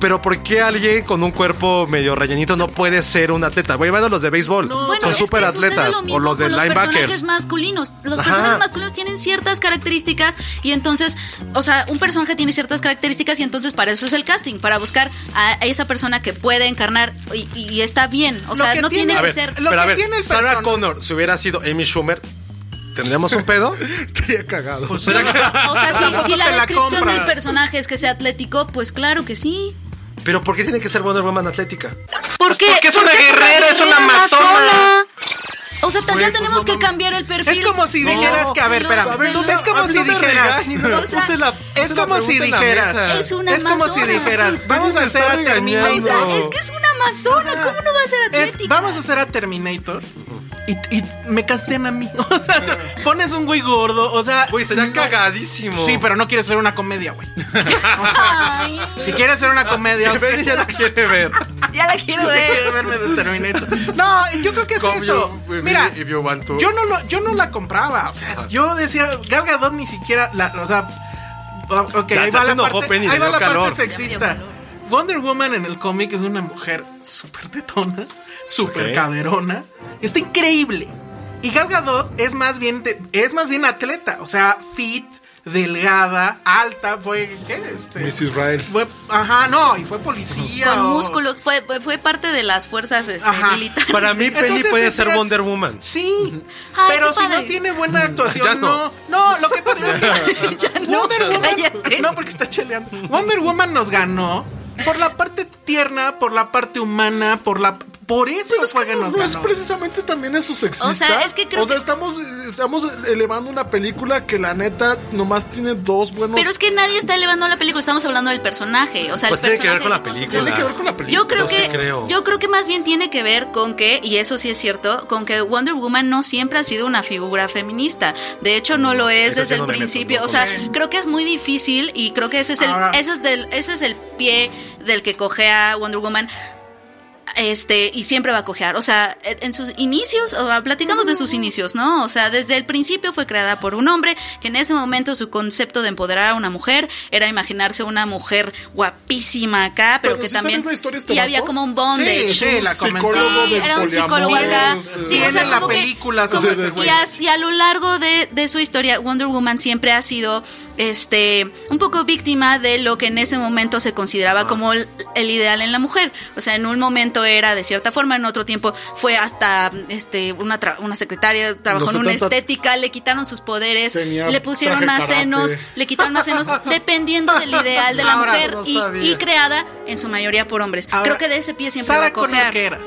S4: Pero ¿por qué alguien con un cuerpo medio rellenito no puede ser un atleta? Voy a los de béisbol.
S7: Bueno,
S4: son
S7: es que
S4: súper
S7: sucede
S4: atletas.
S7: lo mismo
S4: O los de
S7: con
S4: linebackers.
S7: personajes masculinos. Los
S4: Ajá.
S7: personajes masculinos tienen ciertas características y entonces, o sea, un personaje tiene ciertas características y entonces para eso es el casting, para buscar a esa persona que puede encarnar y, y- y está bien. O
S5: Lo
S7: sea,
S5: que
S7: no tiene,
S5: tiene-
S4: A
S7: que
S4: ver,
S7: ser.
S5: lo
S4: pero a
S5: que
S4: ver,
S5: tiene el
S4: Sarah
S5: personaje-
S4: Connor, si hubiera sido Amy Schumer, ¿tendríamos un pedo?
S6: Estaría cagado.
S4: ¿Será que-
S7: O sea,
S5: Tampoco
S7: si, si la
S5: te la
S7: descripción
S5: compras.
S7: del personaje es que sea atlético, pues claro que sí.
S4: Pero ¿por qué tiene que ser Wonder Woman atlética?
S5: Porque es una guerrera, es una amazona.
S7: O sea, ya
S4: pues
S7: tenemos que cambiar el perfil.
S5: Es como si
S7: de
S5: dijeras
S7: los-
S5: que, a ver,
S7: de los-
S5: espera,
S7: de los-
S5: es como si dijeras.
S7: O sea,
S5: Es como si dijeras.
S7: Es una
S5: como si
S7: amazona.
S5: dijeras. Vamos a hacer a
S4: está
S5: Terminator.
S7: o sea, es que es una amazona,
S5: Ajá.
S7: ¿cómo no va a ser
S5: Es-
S7: atlética?
S5: vamos a hacer a Terminator. Y, y me castean a mí. O sea, te- pones un güey gordo. O sea.
S4: Uy, estaría
S5: no-
S4: cagadísimo.
S5: Sí, pero no quieres hacer una comedia, güey.
S7: Ay,
S5: Si quieres hacer una comedia.
S4: Que Benny ya la quiere ver.
S7: ya la quiero ver.
S5: Quiero verme de Terminator. No, yo creo que es
S4: Come
S5: eso.
S4: you-
S5: Mira,
S4: if you want to.
S5: yo no lo, yo no la compraba. O sea, yo decía, Gal Gadot ni siquiera la, o sea, o- ok,
S4: Ya
S5: ahí
S4: te
S5: va
S4: se
S5: la
S4: enojó,
S5: parte,
S4: Penny, le
S5: ahí va
S4: dio
S5: la
S4: calor.
S5: parte
S7: Ya me
S5: sexista.
S7: dio calor.
S5: Wonder Woman en el cómic es una mujer súper tetona, súper
S4: Ok.
S5: caderona. Está increíble. Y Gal Gadot es más bien te- es más bien atleta, o sea, fit, delgada, alta, fue ¿qué? Este
S6: Miss Israel.
S5: fue- ajá, no, y fue policía.
S7: Con
S5: o-
S7: músculo, fue, fue parte de las fuerzas este,
S5: Ajá.
S7: militares.
S4: Para mí, Penny
S5: Entonces
S4: puede ser
S5: decías-
S4: Wonder Woman.
S5: Sí,
S7: Ay,
S5: pero
S7: qué
S5: si no
S7: padre.
S5: tiene
S6: Mm,
S5: buena
S4: Ya
S5: actuación,
S4: no.
S5: no. no. lo que pasa es que Wonder Woman.
S7: cállate.
S5: No, porque está cheleando. Wonder Woman nos ganó por la parte tierna, por la parte humana, por la. Por eso
S6: Pero es
S5: fue
S6: que
S5: que,
S6: no,
S5: nos
S6: no es
S5: ganó.
S6: precisamente también eso sexista.
S7: O sea, es que creo
S6: O sea,
S7: que-
S6: estamos, estamos elevando una película que la neta nomás tiene dos buenos.
S7: Pero es que nadie está elevando la película, estamos hablando del personaje. O sea, el
S4: Pues tiene que ver con la
S7: personaje de-
S4: película.
S6: tiene que ver con la película.
S7: Yo creo
S4: Yo sí
S7: que
S4: creo.
S7: yo creo que más bien tiene que ver con que y eso sí es cierto, con que Wonder Woman no siempre ha sido una figura feminista. De hecho no lo es
S4: Eso
S7: desde
S4: sí no
S7: el
S4: me meto,
S7: principio,
S4: no
S7: o sea,
S4: conozco.
S7: creo que es muy difícil y creo que ese es el
S5: Ahora-
S7: eso es del ese es el pie del que cogea Wonder Woman Este, y siempre va a cojear. O sea, en sus inicios, o sea, platicamos de sus inicios, ¿no? O sea, desde el principio fue creada por un hombre que en ese momento su concepto de empoderar a una mujer era imaginarse una mujer guapísima acá, pero,
S6: Pero
S7: que
S6: si
S7: también.
S6: sabes la historia de este
S7: y había
S6: vato.
S7: como un bondage.
S5: Sí, sí, la comencé.
S6: psicólogo
S7: Sí,
S6: del
S7: era un psicólogo
S6: poliamor,
S7: acá.
S6: este,
S7: Sí, o sea,
S5: Tiene eh, la
S7: como que-
S5: película
S7: como-
S5: sobre ese
S7: y,
S5: güey.
S7: a, y a lo largo de, de su historia, Wonder Woman siempre ha sido este un poco víctima de lo que en ese momento se consideraba como el, el ideal en la mujer. O sea, en un momento era de cierta forma, en otro tiempo fue hasta este una, tra- una secretaria, trabajó
S6: Los
S7: en una
S6: 70
S7: estética, le quitaron sus poderes,
S6: Tenía
S7: le pusieron
S6: traje
S7: más
S6: karate.
S7: senos, le quitaron más senos, dependiendo del ideal de la
S5: Ahora,
S7: mujer
S5: no
S7: y,
S5: sabía.
S7: y creada en su mayoría por hombres.
S5: Ahora,
S7: Creo que de ese pie siempre va
S5: Sarah
S7: a
S5: Connor,
S7: cojear.
S5: ¿qué era?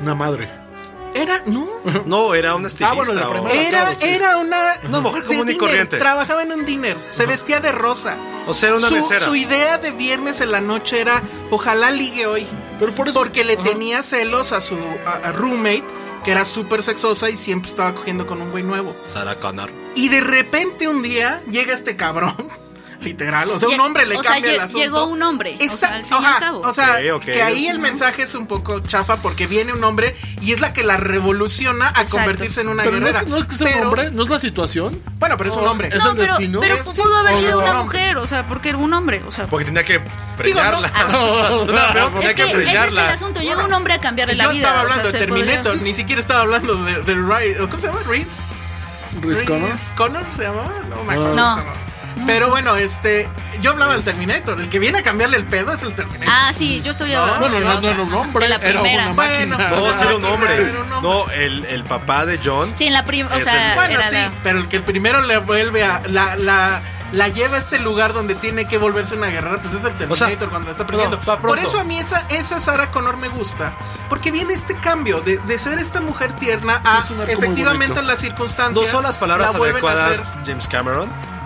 S6: Una madre. Ah,
S5: Era, no.
S4: No, era un
S5: Ah,
S4: estilista.
S6: bueno, la
S4: o-
S6: primera.
S4: Eh,
S5: Era,
S6: claro, sí.
S5: era una,
S4: Una mujer
S5: de
S4: común y
S5: diner,
S4: corriente.
S5: Trabajaba en un diner, se vestía de rosa.
S4: O sea, era una
S5: su,
S4: mesera.
S5: su idea de viernes en la noche era, ojalá ligue hoy.
S6: Pero por eso-
S5: Porque le
S6: Ajá.
S5: tenía celos a su a- a roommate, que era súper sexosa y siempre estaba cogiendo con un güey nuevo.
S4: Sarah Connor.
S5: Y de repente un día llega este cabrón, literal, o sea, un
S7: Lle-
S5: hombre le
S7: o sea,
S5: cambia el
S7: lle-
S5: asunto.
S7: llegó un hombre, o
S5: Está-
S7: sea, al fin y
S5: ajá,
S7: al cabo.
S5: o sea,
S4: Ok, ok.
S5: que ahí el mensaje es un poco chafa porque viene un hombre y es la que la revoluciona a
S7: Exacto.
S5: convertirse en una
S6: Pero no es
S5: guerrera.
S6: que, no es que sea un
S5: Pero-
S6: hombre, no es la situación.
S5: Bueno, pero es un
S6: No,
S5: hombre.
S6: es
S7: no,
S6: el
S7: pero,
S6: destino.
S7: pero
S6: Eso sí.
S7: pudo haber
S6: O
S7: sido
S6: sea,
S7: una
S6: no.
S7: mujer, o sea, porque era un hombre, o sea.
S4: Porque tenía que
S5: Digo, no,
S4: preñarla.
S5: ah,
S4: No, pero tenía
S7: es que,
S4: que
S7: ese es el
S4: preñarla.
S7: asunto, llega un hombre a cambiarle
S5: Yo
S7: la vida.
S5: estaba
S7: o sea,
S5: hablando
S7: se
S5: de Terminator,
S7: podría-
S5: ni siquiera estaba hablando de, de Ry- ¿Cómo se llama? Reese.
S6: Reese Connor.
S5: Connor se llamaba. No me acuerdo.
S7: No.
S5: cómo se llamaba. Pero bueno, este. Yo hablaba del Terminator. El que viene a cambiarle el pedo es el Terminator.
S7: Ah, sí, yo estoy hablando.
S6: No, no,
S7: de
S6: no,
S7: otra.
S6: no era un hombre,
S7: De la
S6: era una
S7: primera.
S6: máquina.
S4: No,
S5: o
S4: sí
S5: sea,
S4: era un hombre.
S5: era un
S4: No, el, el papá de John.
S7: Sí, en la prima, o
S4: Es
S7: sea,
S4: el-
S5: Bueno,
S7: era
S5: sí,
S7: la-
S5: pero el que el primero le vuelve a. La, la, la lleva a este lugar donde tiene que volverse una guerrera, pues es el Terminator
S4: O sea,
S5: cuando la está persiguiendo.
S4: no, va
S5: Por
S4: pronto.
S5: eso a mí esa, esa Sarah Connor me gusta, porque viene este cambio de, de ser esta mujer tierna a
S6: es un arco muy
S5: efectivamente
S6: bonito.
S5: en las circunstancias.
S4: No son las palabras
S5: la vuelven a
S4: adecuadas,
S5: hacer-
S4: James Cameron.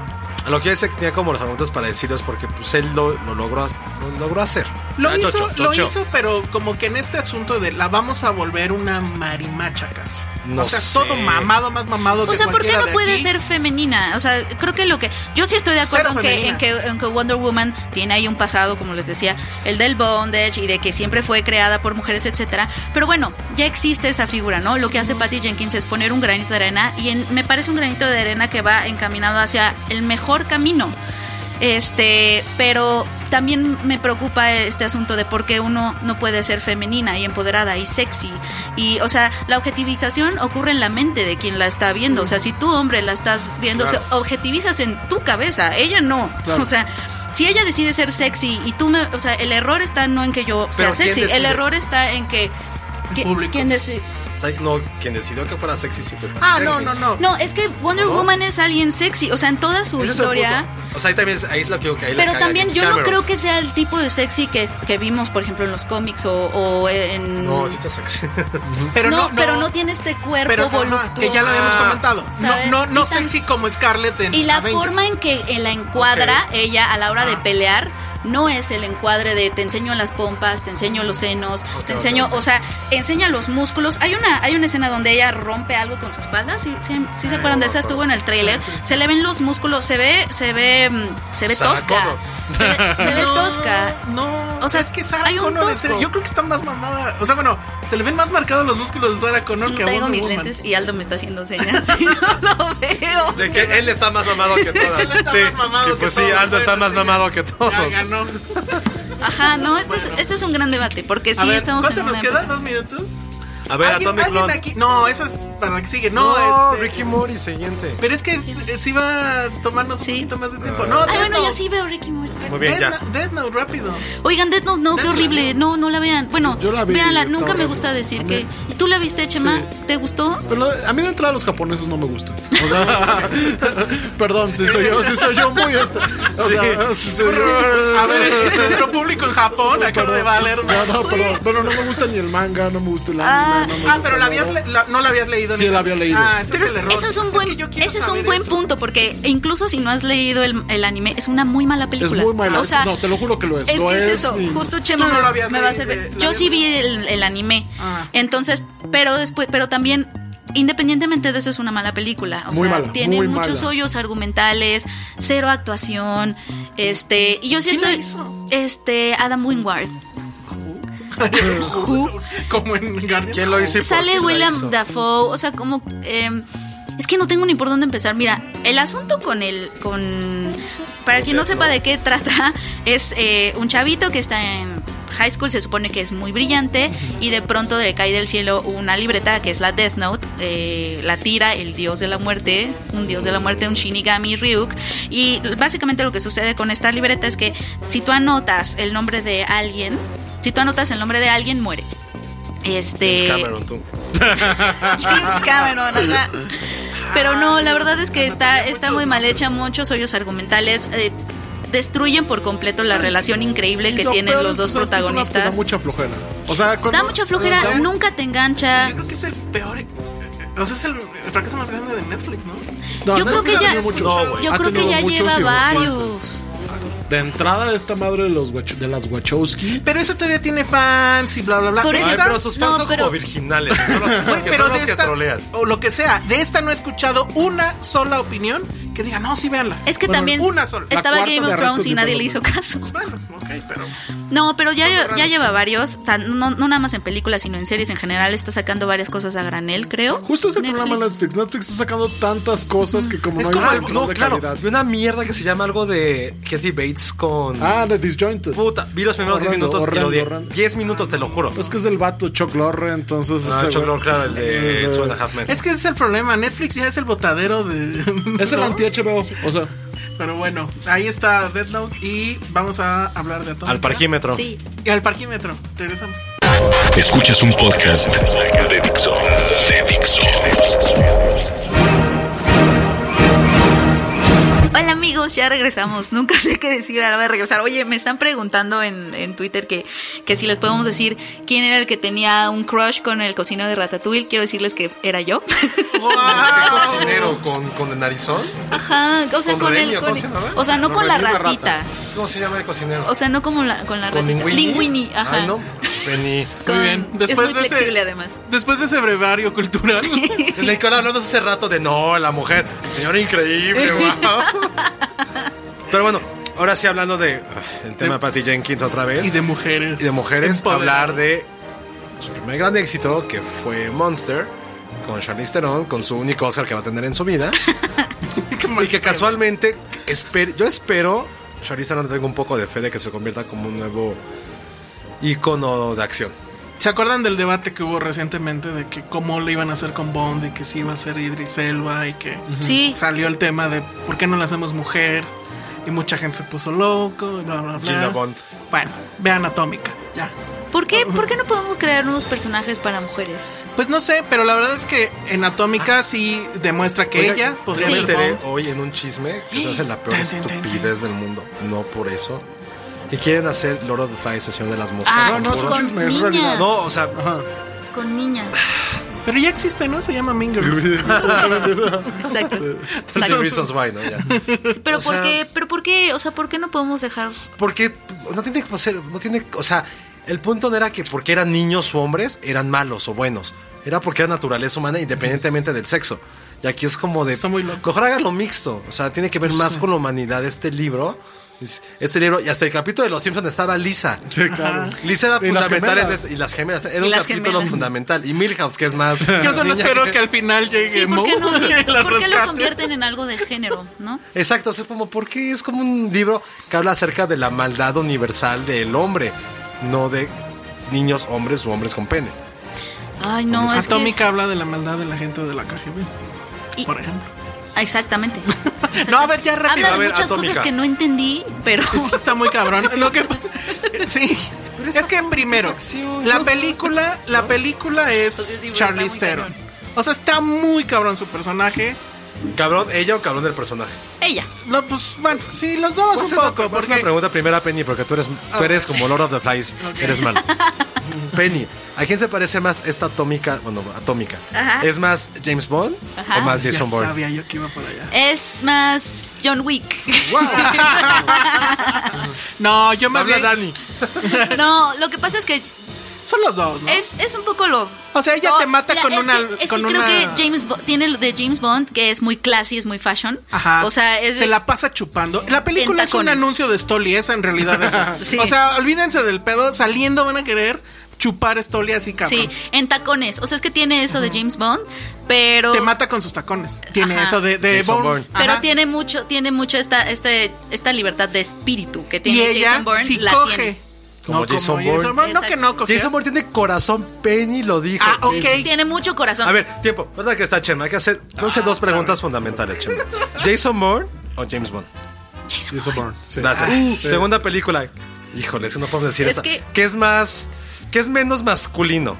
S4: A Lo que él se tenía como los argumentos para decirlo es porque pues, él lo, lo logró, lo logró hacer.
S5: Lo
S4: Ah,
S5: hizo,
S4: chocho,
S5: lo
S4: chocho.
S5: hizo, pero como que en este asunto de la vamos a volver una marimacha casi.
S4: No
S5: o sea,
S4: sé.
S5: todo mamado, más mamado
S7: O
S5: que
S7: sea, ¿por qué
S5: cualquiera
S7: no
S5: de
S7: puede
S5: aquí.
S7: ser femenina? O sea, creo que lo que. Yo sí estoy de acuerdo
S5: Cero
S7: en que, en, que,
S5: femenina.
S7: en que Wonder Woman tiene ahí un pasado, como les decía, el del bondage y de que siempre fue creada por mujeres, etcétera. Pero bueno, ya existe esa figura, ¿no? Lo que hace Patty Jenkins es poner un granito de arena y en- me parece un granito de arena que va encaminado hacia el mejor camino. Este, pero también me preocupa este asunto de por qué uno no puede ser femenina y empoderada y sexy. Y, o sea, la objetivización ocurre en la mente de quien la está viendo. O sea, si tú, hombre, la estás viendo,
S4: Claro.
S7: se objetivizas en tu cabeza, ella no. O sea, si ella decide ser sexy y tú me. O sea, el error está no en que yo sea
S4: Pero ¿quién
S7: sexy, el
S4: decide?
S7: error está en que. que-
S5: público.
S7: ¿quién decide?
S4: O sea, no, quien decidió que fuera sexy sí fue Patty
S5: Ah, no, no,
S4: Jenkins.
S5: no.
S7: No, es que Wonder Woman es alguien sexy. O sea, en toda su
S4: Ese es el
S7: historia.
S4: punto. O sea, ahí también es, ahí es lo que ahí la
S7: Pero
S4: caga
S7: también
S4: James
S7: yo no
S4: Cameron.
S7: creo que sea el tipo de sexy que, es- que vimos, por ejemplo, en los cómics o, o en...
S4: No, sí está sexy.
S5: Pero
S7: No,
S5: no,
S7: pero no tiene este cuerpo
S5: Pero, ajá,
S7: voluptuoso. Ah.
S5: que ya lo habíamos comentado.
S7: ¿sabes?
S5: No, no, no
S7: Y tan-
S5: sexy como Scarlett en
S7: Y la
S5: Avengers. Ah.
S7: forma en que en la encuadra ella a la hora de pelear no es el encuadre de te enseño las pompas, te enseño los senos, te enseño, o sea, enseña los músculos. Hay una hay una escena donde ella rompe algo con su espalda, sí, sí, sí se acuerdan de esa, estuvo en el tráiler. Se le ven los músculos, se ve se ve mm, se ve
S4: Sarah
S7: tosca.
S4: Connor.
S7: Se ve, se ve
S5: No,
S7: tosca.
S5: No,
S7: O sea,
S5: es que Sarah
S7: hay un
S5: Connor, en
S7: tosco.
S5: serio, yo creo que está más mamada. O sea, bueno, se le ven más marcados los músculos de Sarah Connor
S7: No
S5: que a
S7: tengo
S5: Wonder
S7: mis
S5: Woman.
S7: lentes y Aldo me está haciendo señas y no lo veo.
S4: De que él está más mamado que todas.
S5: Él está
S4: sí,
S5: más mamado
S4: sí,
S5: que
S4: pues sí,
S5: todos,
S4: Aldo está
S5: bueno,
S4: más
S5: sí,
S4: mamado que todos.
S5: Ya ganó.
S7: Ajá, no, este, es, este es un gran debate porque sí
S5: a ver,
S7: estamos
S5: ¿cuánto
S7: en
S5: nos
S7: una
S5: quedan?
S7: época-
S5: ¿Dos minutos?
S4: A ver,
S5: ¿Alguien,
S4: Atomic
S5: alguien
S4: Blonde.
S5: aquí? No, esa es para la que sigue. No,
S4: No,
S5: este-
S4: Ricky Mori, siguiente.
S5: Pero es que eh, sí va a tomarnos
S7: Sí.
S5: un poquito más de tiempo. No,
S7: Ay,
S5: Death
S7: Ah, bueno,
S5: Note.
S7: ya sí veo Ricky Morty.
S4: Muy Ah. bien,
S5: Death
S4: ya.
S5: Note- Death Note, rápido.
S7: Oigan, Death Note, no, qué
S5: Death
S7: horrible. No, no la vean. Bueno,
S6: Yo la vi,
S7: véanla,
S6: está
S7: nunca me
S6: horrible.
S7: gusta decir que. ¿Y tú la viste, Chema? ¿Te gustó?
S6: Pero lo- a mí de entrada los japoneses no me gustan. O sea, perdón, si soy yo, si soy yo muy este. O sea, si soy yo-
S5: A ver, nuestro público en Japón acaba de valer.
S6: No, no, perdón. Pero no me gusta ni el manga, no me gusta el anime.
S7: Ah,
S6: no me
S5: Ah,
S6: gusta
S5: pero la habías
S6: nada.
S5: le- la- no la habías leído.
S6: Sí,
S5: ni-
S6: la había leído.
S5: Ah, ese es el error.
S7: Eso es un buen,
S5: que yo quiero
S7: ese es un
S5: saber
S7: buen
S5: eso.
S7: punto, porque incluso si no has leído el, el anime, es una muy mala
S6: Es
S7: película.
S6: muy mala.
S7: O sea,
S6: no, te lo juro que lo es.
S7: Es
S6: lo
S7: que es eso,
S6: y-
S7: justo Chema
S5: Tú no
S7: me-
S5: lo habías
S7: me va a
S5: leído,
S7: hacer ver.
S5: ¿la
S7: Yo
S5: habías
S7: sí vi el, el anime.
S5: Ah.
S7: Entonces, pero después, pero también, independientemente de eso, es una mala película. O
S6: Muy
S7: sea,
S6: mala,
S7: tiene
S6: muy
S7: muchos
S6: mala.
S7: hoyos argumentales, cero actuación. Este, y yo sí
S5: ¿Quién la
S7: estoy.
S5: hizo?
S7: Este, Adam Wingard.
S5: Como en Guardians.
S4: ¿Quién lo hizo? y por
S7: Sale
S4: quién lo
S7: William
S4: hizo?
S7: Dafoe, o sea, como... eh, es que no tengo ni por dónde empezar. Mira, el asunto con el... con Para quien no sepa de qué trata, es eh, un chavito que está en high school, se supone que es muy brillante, y de pronto le cae del cielo una libreta que es la Death Note, eh, la tira el dios de la muerte, un dios de la muerte, un Shinigami Ryuk, y básicamente lo que sucede con esta libreta es que si tú anotas el nombre de alguien, si tú anotas el nombre de alguien, muere. Este...
S4: Cameron, tú.
S7: James Cameron, ajá. Pero no, la verdad es que está, está muy mal hecha, muchos hoyos argumentales. eh, destruyen por completo la relación increíble que
S6: Lo
S7: tienen
S6: peor es
S7: los dos
S6: que sabes que es una que Da
S7: protagonistas.
S6: mucha flojera. O sea, cuando-
S7: Da mucha flojera,
S6: da-
S7: nunca te engancha.
S5: Yo creo que es el peor. eh, O sea, es el fracaso más grande de Netflix, ¿no?
S6: No,
S7: Yo creo
S6: Netflix
S7: que
S6: ha
S7: ya,
S6: tenido muchos.
S7: yo
S6: Ha
S7: creo que
S6: tenido
S7: ya
S6: muchos
S7: lleva
S6: y
S7: varios.
S6: De entrada, esta madre de, los Wach- de las Wachowski.
S5: Pero eso todavía tiene fans y bla, bla, bla.
S7: Por
S5: Esta-
S4: Ay,
S7: Esta-
S4: Eh, pero sus fans
S7: no,
S4: son
S7: pero-
S4: como virginales. que Son los
S5: Güey,
S4: que,
S5: pero
S4: son
S5: de
S4: los que
S5: esta-
S4: trolean.
S5: O lo que sea. De esta no he escuchado una sola opinión que diga, no, sí, véanla.
S7: Es que
S5: Bueno,
S7: también
S5: Una sola. La
S7: estaba
S5: cuarta
S7: Game
S5: de
S7: of
S5: Arrested
S7: Thrones y nadie le hizo caso.
S5: Bueno, ok, pero.
S7: No, pero ya, ya lleva varios. o sea, no, no nada más en películas, sino en series en general. Está sacando varias cosas a granel, creo.
S6: Justo es el
S7: Netflix.
S6: programa Netflix. Netflix está sacando tantas cosas que como
S4: Es
S6: no hay
S4: como
S6: un
S4: algo,
S6: control
S4: no,
S6: de
S4: claro.
S6: calidad.
S4: Vi una mierda que se llama algo de Kathy Bates con.
S6: Ah, de Disjointed.
S4: Puta, vi los primeros 10
S6: Horrendo,
S4: minutos
S6: horrendo,
S4: y lo odié.
S6: horrendo.
S4: 10 minutos, te lo juro.
S6: Es que es del vato Chuck Lorre, entonces.
S4: Ah,
S6: ese
S4: Chuck
S6: güey-
S4: Lorre, claro, el de
S6: Eh,
S4: Two and a Half Men.
S5: Es que ese es el problema. Netflix ya es el botadero de.
S6: Es el
S5: ¿no?
S6: anti-HBO. O sea,
S5: Pero bueno, ahí está Dead Note y vamos a hablar de todo.
S4: Al parquímetro.
S7: Sí.
S5: Y al parquímetro. Regresamos.
S3: Escuchas un podcast de Dixo. De Dixo.
S7: Hola amigos, ya regresamos. Nunca sé qué decir a la hora de regresar. Oye, me están preguntando en, en Twitter que, que si les podemos decir quién era el que tenía un crush con el cocino de Ratatouille. Quiero decirles que era yo.
S4: ¿Qué cocinero con, con el narizón?
S7: Ajá, o sea,
S4: ¿Con
S7: con, el.
S4: Remy, o
S7: con-
S4: cómo se llamaba?
S7: o sea, no
S6: Con
S7: con la
S6: Remy la rata.
S7: ratita.
S4: ¿Cómo se llama el cocinero?
S7: O sea, no como la, con la
S4: ¿Con
S7: ratita.
S4: Linguini?
S7: Linguini, ajá.
S4: Ay, no. Vení.
S7: Con-
S5: Muy bien.
S7: es
S5: Después
S7: muy
S5: de ese-
S7: flexible además.
S5: Después de ese brevario cultural.
S4: Le que hablamos hace rato de no, la mujer. Señora increíble, wow. Pero bueno, ahora sí hablando de ah, el tema de Patty Jenkins otra vez.
S5: y de mujeres.
S4: y de mujeres,
S5: Empoderadas.
S4: hablar de su primer gran éxito, que fue Monster, con Charlize Theron, con su único Oscar que va a tener en su vida. y que casualmente, esper- yo espero, Charlize Theron tengo un poco de fe de que se convierta como un nuevo ícono de acción.
S5: ¿Se acuerdan del debate que hubo recientemente de que cómo le iban a hacer con Bond y que si iba a ser Idris Elba y que
S7: Sí.
S5: salió el tema de por qué no la hacemos mujer? Y mucha gente se puso loco y bla, bla, bla.
S4: Gilda Bond.
S5: Bueno, vean Atómica, ya.
S7: ¿Por qué, ¿Por qué no podemos crear nuevos personajes para mujeres?
S5: Pues no sé, pero la verdad es que en Atómica sí demuestra que
S4: Oiga,
S5: ella podría
S4: ya me
S5: ser
S4: enteré
S5: Bond.
S4: hoy en un chisme que se hace la peor
S5: Tan, tan, tan,
S4: estupidez del mundo. No por eso. Y quieren hacer Lord of the Flies, Señor de las Moscas.
S7: Ah,
S4: con
S6: no,
S4: puro-
S6: es un
S7: con
S6: chisme, es
S7: niñas.
S6: realidad.
S4: no, o sea,
S7: Con niñas.
S5: Pero ya existe, ¿no? Se llama Mean Girls.
S7: Exacto.
S4: 30
S7: Exacto.
S4: Reasons Why, ¿no? Ya.
S7: Sí, pero
S4: O
S7: por
S4: sea-
S7: qué, pero por qué, o sea, ¿por qué no podemos dejar?
S4: Porque no tiene que ser, no tiene, o sea, el punto no era que porque eran niños o hombres eran malos o buenos. Era porque era naturaleza humana independientemente del sexo. Y aquí es como de...
S5: Está muy loco.
S4: Mejor hágalo mixto. O sea, tiene que ver más con la humanidad este libro. Es- Este libro, y hasta el capítulo de Los Simpsons estaba Lisa.
S6: sí, claro.
S4: Lisa era
S6: Y las
S4: fundamental en
S6: gemelas.
S4: eso- y las gemelas. Era
S7: Y
S4: un
S7: las
S4: capítulo
S7: gemelas.
S4: fundamental. Y Milhouse, que es más...
S5: Yo solo espero que... al final llegue
S7: Sí, ¿por qué no?
S5: Moe y la
S7: ¿Por qué lo
S5: rescate.
S7: convierten en algo de género, no?
S4: Exacto, o sea, como porque es como un libro que habla acerca de la maldad universal del hombre, no de niños, hombres o hombres con pene.
S7: Ay, no, es
S5: Atómica
S7: que
S5: habla de la maldad de la gente de la KGB,
S7: Y-
S5: por ejemplo.
S7: Ah, exactamente.
S5: No, a ver, ya rápido,
S7: Habla
S4: a
S7: de
S4: ver,
S7: muchas
S4: Atómica.
S7: cosas que no entendí, pero
S5: Sí, está muy cabrón. Lo que pasa- sí.
S4: Pero
S5: es,
S4: es
S5: que
S4: acción,
S5: primero,
S4: es acción,
S5: la
S4: ¿no?
S5: película, la película es
S7: Entonces, digo,
S5: Charlize
S7: está muy
S5: Theron.
S7: cabrón.
S5: O sea, está muy cabrón su personaje.
S4: ¿Cabrón ella o cabrón del personaje?
S7: ella.
S5: No, pues bueno, sí, los dos Pues un
S4: Porque...
S5: poco.
S4: una
S5: Porque Ah.
S4: pregunta primera, Penny, porque tú eres, tú eres como Lord of the Flies, eres malo. Penny, ¿a quién se parece más esta atómica? Bueno, atómica.
S7: Ajá.
S4: ¿Es más James Bond
S7: Ajá.
S4: o más
S5: ya
S4: Jason Bourne?
S5: sabía yo que iba por allá.
S7: Es más John Wick.
S5: No, yo más
S4: Habla
S5: bien-
S4: Dani.
S7: No, lo que pasa es que
S5: Son los dos, ¿no?
S7: Es, es un poco los.
S5: O sea, ella
S7: no,
S5: te mata
S7: la-
S5: con
S7: es
S5: una-
S7: que- es
S5: con
S7: que
S5: una-
S7: creo que James Bo- tiene lo de James Bond, que es muy classy, es muy fashion.
S5: Ajá.
S7: O sea, es.
S5: se la pasa chupando. La película es un
S7: Pentacones.
S5: anuncio de Stoli, esa en realidad eso.
S7: Sí.
S5: O sea, olvídense del pedo, saliendo van a querer chupar Stoli así cabrón.
S7: Sí, en tacones. O sea, es que tiene eso de James Bond, pero.
S5: Te mata con sus tacones. Tiene
S7: Ajá.
S5: eso de, de
S4: Jason
S5: Bourne.
S4: Bourne.
S7: Pero
S5: Ajá.
S7: tiene mucho, tiene mucho esta, este, esta libertad de espíritu que tiene
S5: y ella
S7: Jason Bourne.
S5: sí
S7: la
S5: coge.
S7: tiene.
S4: Como Jason Bourne.
S5: No que no
S7: Exacto.
S5: coge.
S4: Jason Bourne tiene corazón, Penny lo dijo.
S5: Ah, ok.
S7: Tiene mucho corazón.
S4: A ver, tiempo. ¿Verdad que está Chema? Hay que hacer, no
S5: Ah,
S4: sé, dos preguntas fundamentales, Chema. ¿Jason Bourne o James Bond?
S7: Jason
S6: Jason Bourne. sí.
S4: Gracias.
S6: Ah,
S4: Uh,
S6: sí.
S4: Segunda película. Híjole, eso no podemos decir
S7: Es
S4: esta.
S7: que-
S4: ¿Qué es más. ¿Qué es menos masculino?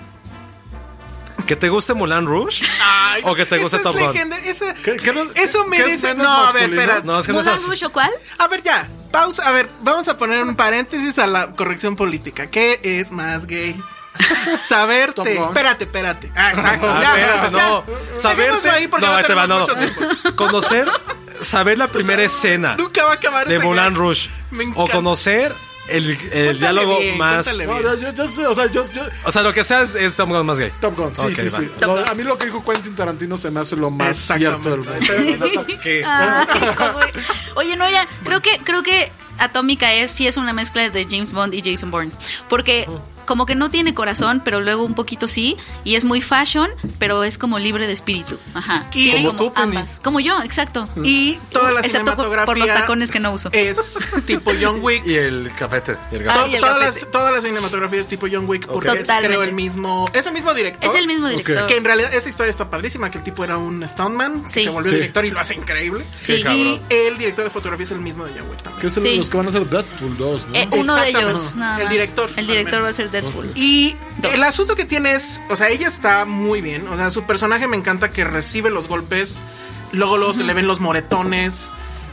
S4: ¿Que te guste Mulan Rouge?
S5: Ay,
S4: ¿O que te gusta
S5: esa
S4: Top
S5: es
S4: Gun?
S5: legendaria, esa-
S6: ¿Qué- qué no-
S5: eso
S6: qué es
S5: merece.
S6: menos
S5: No, a ver,
S6: masculino?
S5: espera.
S4: No, es que no es
S7: ¿Mulan
S4: así.
S7: Rouge o cuál?
S5: A ver, ya. Pausa. A ver, vamos a poner un paréntesis a la corrección política. ¿Qué es más gay?
S6: Top
S5: Saberte.
S6: Gun.
S5: Espérate, espérate. Ah, exacto.
S4: Ah,
S5: ya,
S4: espérate,
S5: ya.
S4: no. Saberte.
S5: Dejémoslo ahí porque no,
S4: ahí te va,
S5: tenemos
S4: no,
S5: mucho
S4: no.
S5: tiempo.
S4: Conocer. Saber la primera escena
S5: Nunca va a acabar
S4: de
S5: ese
S4: Mulan
S5: gag.
S4: Rouge.
S5: Me
S4: O
S5: encanta.
S4: conocer el, el
S5: Cuéntale
S4: diálogo
S5: bien,
S4: más.
S5: cuéntale bien.
S6: No, yo, yo- yo sé, o sea, yo, yo-
S4: O sea, lo que sea es, es Top Gun más gay.
S6: Top Gun, sí,
S4: Ok,
S6: sí,
S4: va.
S6: sí. Lo- a mí lo que dijo Quentin Tarantino se me hace lo más
S5: Exactamente.
S6: cierto del mundo.
S4: ¿Qué?
S7: Ah. Ay, Josué. Oye, no, ya, creo que, creo que Atómica es, sí es una mezcla de James Bond y Jason Bourne. Porque como que no tiene corazón, pero luego un poquito sí, y es muy fashion, pero es como libre de espíritu. Ajá.
S5: Y-
S7: Tiene
S5: Como tú, Penny.
S7: ambas. Como yo, exacto.
S5: Y toda la
S7: Excepto por-
S5: cinematografía.
S7: por los tacones que no uso.
S5: Es tipo John Wick.
S4: Y el cafete. Y el
S7: Ah,
S4: cafete.
S7: y el
S5: todas,
S7: gafete.
S5: las, todas las cinematografías tipo John Wick, porque es
S7: Totalmente.
S5: creo el mismo. Es el mismo director.
S7: Es el mismo director.
S5: Que en realidad esa historia está padrísima, que el tipo era un stuntman,
S7: Sí.
S5: se volvió
S6: Sí.
S5: director y lo hace increíble.
S7: Sí. Qué
S5: Y
S7: cabrón.
S5: el director de fotografía es el mismo de John Wick también.
S6: Que es el-
S7: Ah, Sí.
S6: los que van a hacer Deadpool 2, ¿no?
S7: Eh, uno de
S5: Exactamente.
S7: ellos, nada
S5: El
S7: más.
S5: director,
S7: El director
S5: al
S7: va a ser Deadpool.
S5: Y
S7: Dos.
S5: el asunto que tiene es, o sea, ella está muy bien, o sea, su personaje me encanta que recibe los golpes, luego luego se le ven los moretones.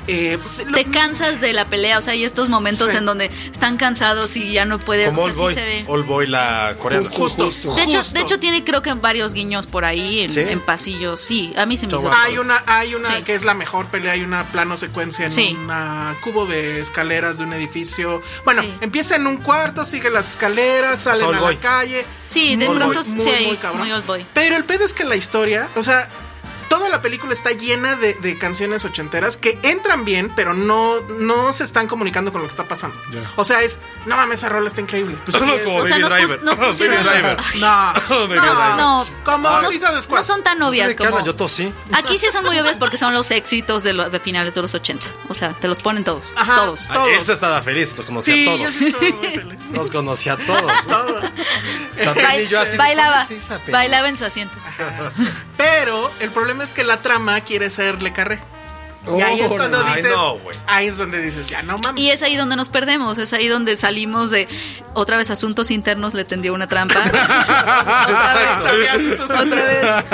S5: eh, lo-
S7: Te cansas de la pelea, o sea, hay estos momentos
S5: Sí.
S7: en donde están cansados y ya no pueden.
S4: Como
S7: o sea,
S4: Old
S7: sí
S4: Boy.
S7: se ve.
S4: Old Boy, la coreana.
S5: justo,
S7: De hecho,
S5: justo.
S7: de hecho tiene creo que varios guiños por ahí en,
S4: Sí.
S7: en pasillos, sí. A mí se me hizo.
S5: Hay una, hay una
S7: Sí.
S5: que es la mejor pelea, hay una plano secuencia en
S7: Sí.
S5: un cubo de escaleras de un edificio. Bueno,
S7: Sí.
S5: empieza en un cuarto, sigue las escaleras, salen
S4: Soul
S5: a
S4: Boy.
S5: la calle.
S7: Sí, de
S5: Muy,
S7: pronto
S5: muy,
S7: sí hay
S5: cabrón.
S7: muy old boy.
S5: Pero el pedo es que la historia, o sea, toda la película está llena de, de canciones ochenteras que entran bien, pero no, no se están comunicando con lo que está pasando. O sea, es, no mames, esa rola está increíble. Pues
S4: Solo
S5: sí, es-
S4: como
S7: O sea,
S4: Baby
S7: nos, pus-
S4: Driver.
S7: nos
S4: Baby
S7: pusieron los-
S4: Driver.
S7: Ay,
S5: No,
S4: Baby
S5: no,
S4: Driver.
S7: No,
S5: Como
S7: no,
S5: Suicide Squad.
S7: no son tan obvias
S4: ¿Qué habla?
S7: como.
S4: Yo tosí.
S7: Aquí sí son muy obvias porque son los éxitos de, lo- de finales de los 80. O sea, te los ponen todos.
S5: Ajá.
S7: Todos.
S4: Ay, Él se estaba feliz, los conocía
S5: Sí,
S4: a
S5: yo
S4: todos.
S5: sí estoy muy feliz.
S4: Los conocía a todos. ¿no?
S5: Todos.
S4: También y yo así de,
S7: bailaba,
S4: ¿cuál es esa peli?
S7: bailaba en su asiento.
S5: Pero el problema es que la trama quiere ser Le Carré. y ahí es
S4: Oh,
S5: cuando
S4: no. Ay,
S5: dices.
S4: no, güey.
S5: ahí es donde dices, ya no mames.
S7: Y es ahí donde nos perdemos, es ahí donde salimos de otra vez asuntos internos le tendió una trampa. otra vez, otra vez,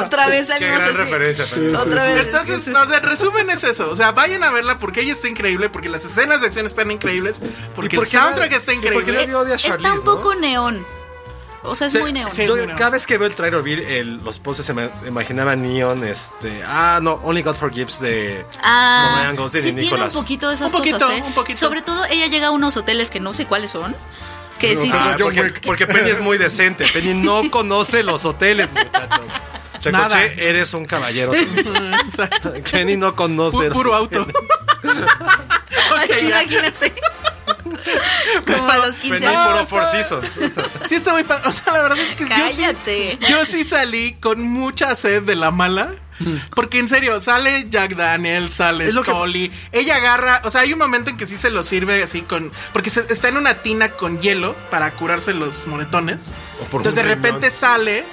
S7: otra vez
S4: Qué
S7: salimos
S4: gran
S7: así.
S4: referencia. Fernando.
S7: Otra vez.
S5: Entonces, no, o sea, resumen es eso. O sea, vayan a verla porque ella está increíble, porque las escenas de acción están increíbles, porque el
S4: por qué la-
S5: soundtrack está
S4: y por qué
S5: increíble.
S4: Nadie odia a
S7: Está
S4: Charlize,
S7: un poco neón. O sea, es
S4: Se-
S7: muy neón.
S5: sí.
S4: yo
S5: muy neón.
S4: cada vez que veo el trailer, vi el- los poses, se me imaginaba Neon, este... Ah, no, Only God Forgives de
S7: Ah,
S4: Ryan Gosling
S7: sí
S4: y
S7: tiene un
S4: Nicolas.
S7: poquito de esas
S5: Un poquito,
S7: cosas, ¿eh?
S5: un poquito.
S7: Sobre todo ella llega a unos hoteles que no sé cuáles son, que sí
S4: Ah,
S7: son
S4: porque, porque Penny es muy decente. Penny no conoce los hoteles, muchachos.
S5: Nada.
S4: Chacoche, eres un caballero.
S5: Exacto.
S4: Penny no
S5: Pu-
S4: conoce. los
S5: puro auto.
S7: Así,
S5: Ok, ya.
S7: imagínate. Como a los 15
S4: Penny
S7: años.
S4: puro Four Seasons.
S5: Sí, está muy padre. O sea, la verdad es que
S7: Cállate.
S5: yo sí. Yo sí salí con mucha sed de la mala. Porque en serio, sale Jack Daniel, sale
S4: Mm. Es lo que-
S5: Scully. Ella agarra. O sea, hay un momento en que sí se lo sirve así con. Porque se- está en una tina con hielo para curarse los moretones.
S4: O por
S5: Entonces de
S4: un riñón.
S5: repente sale.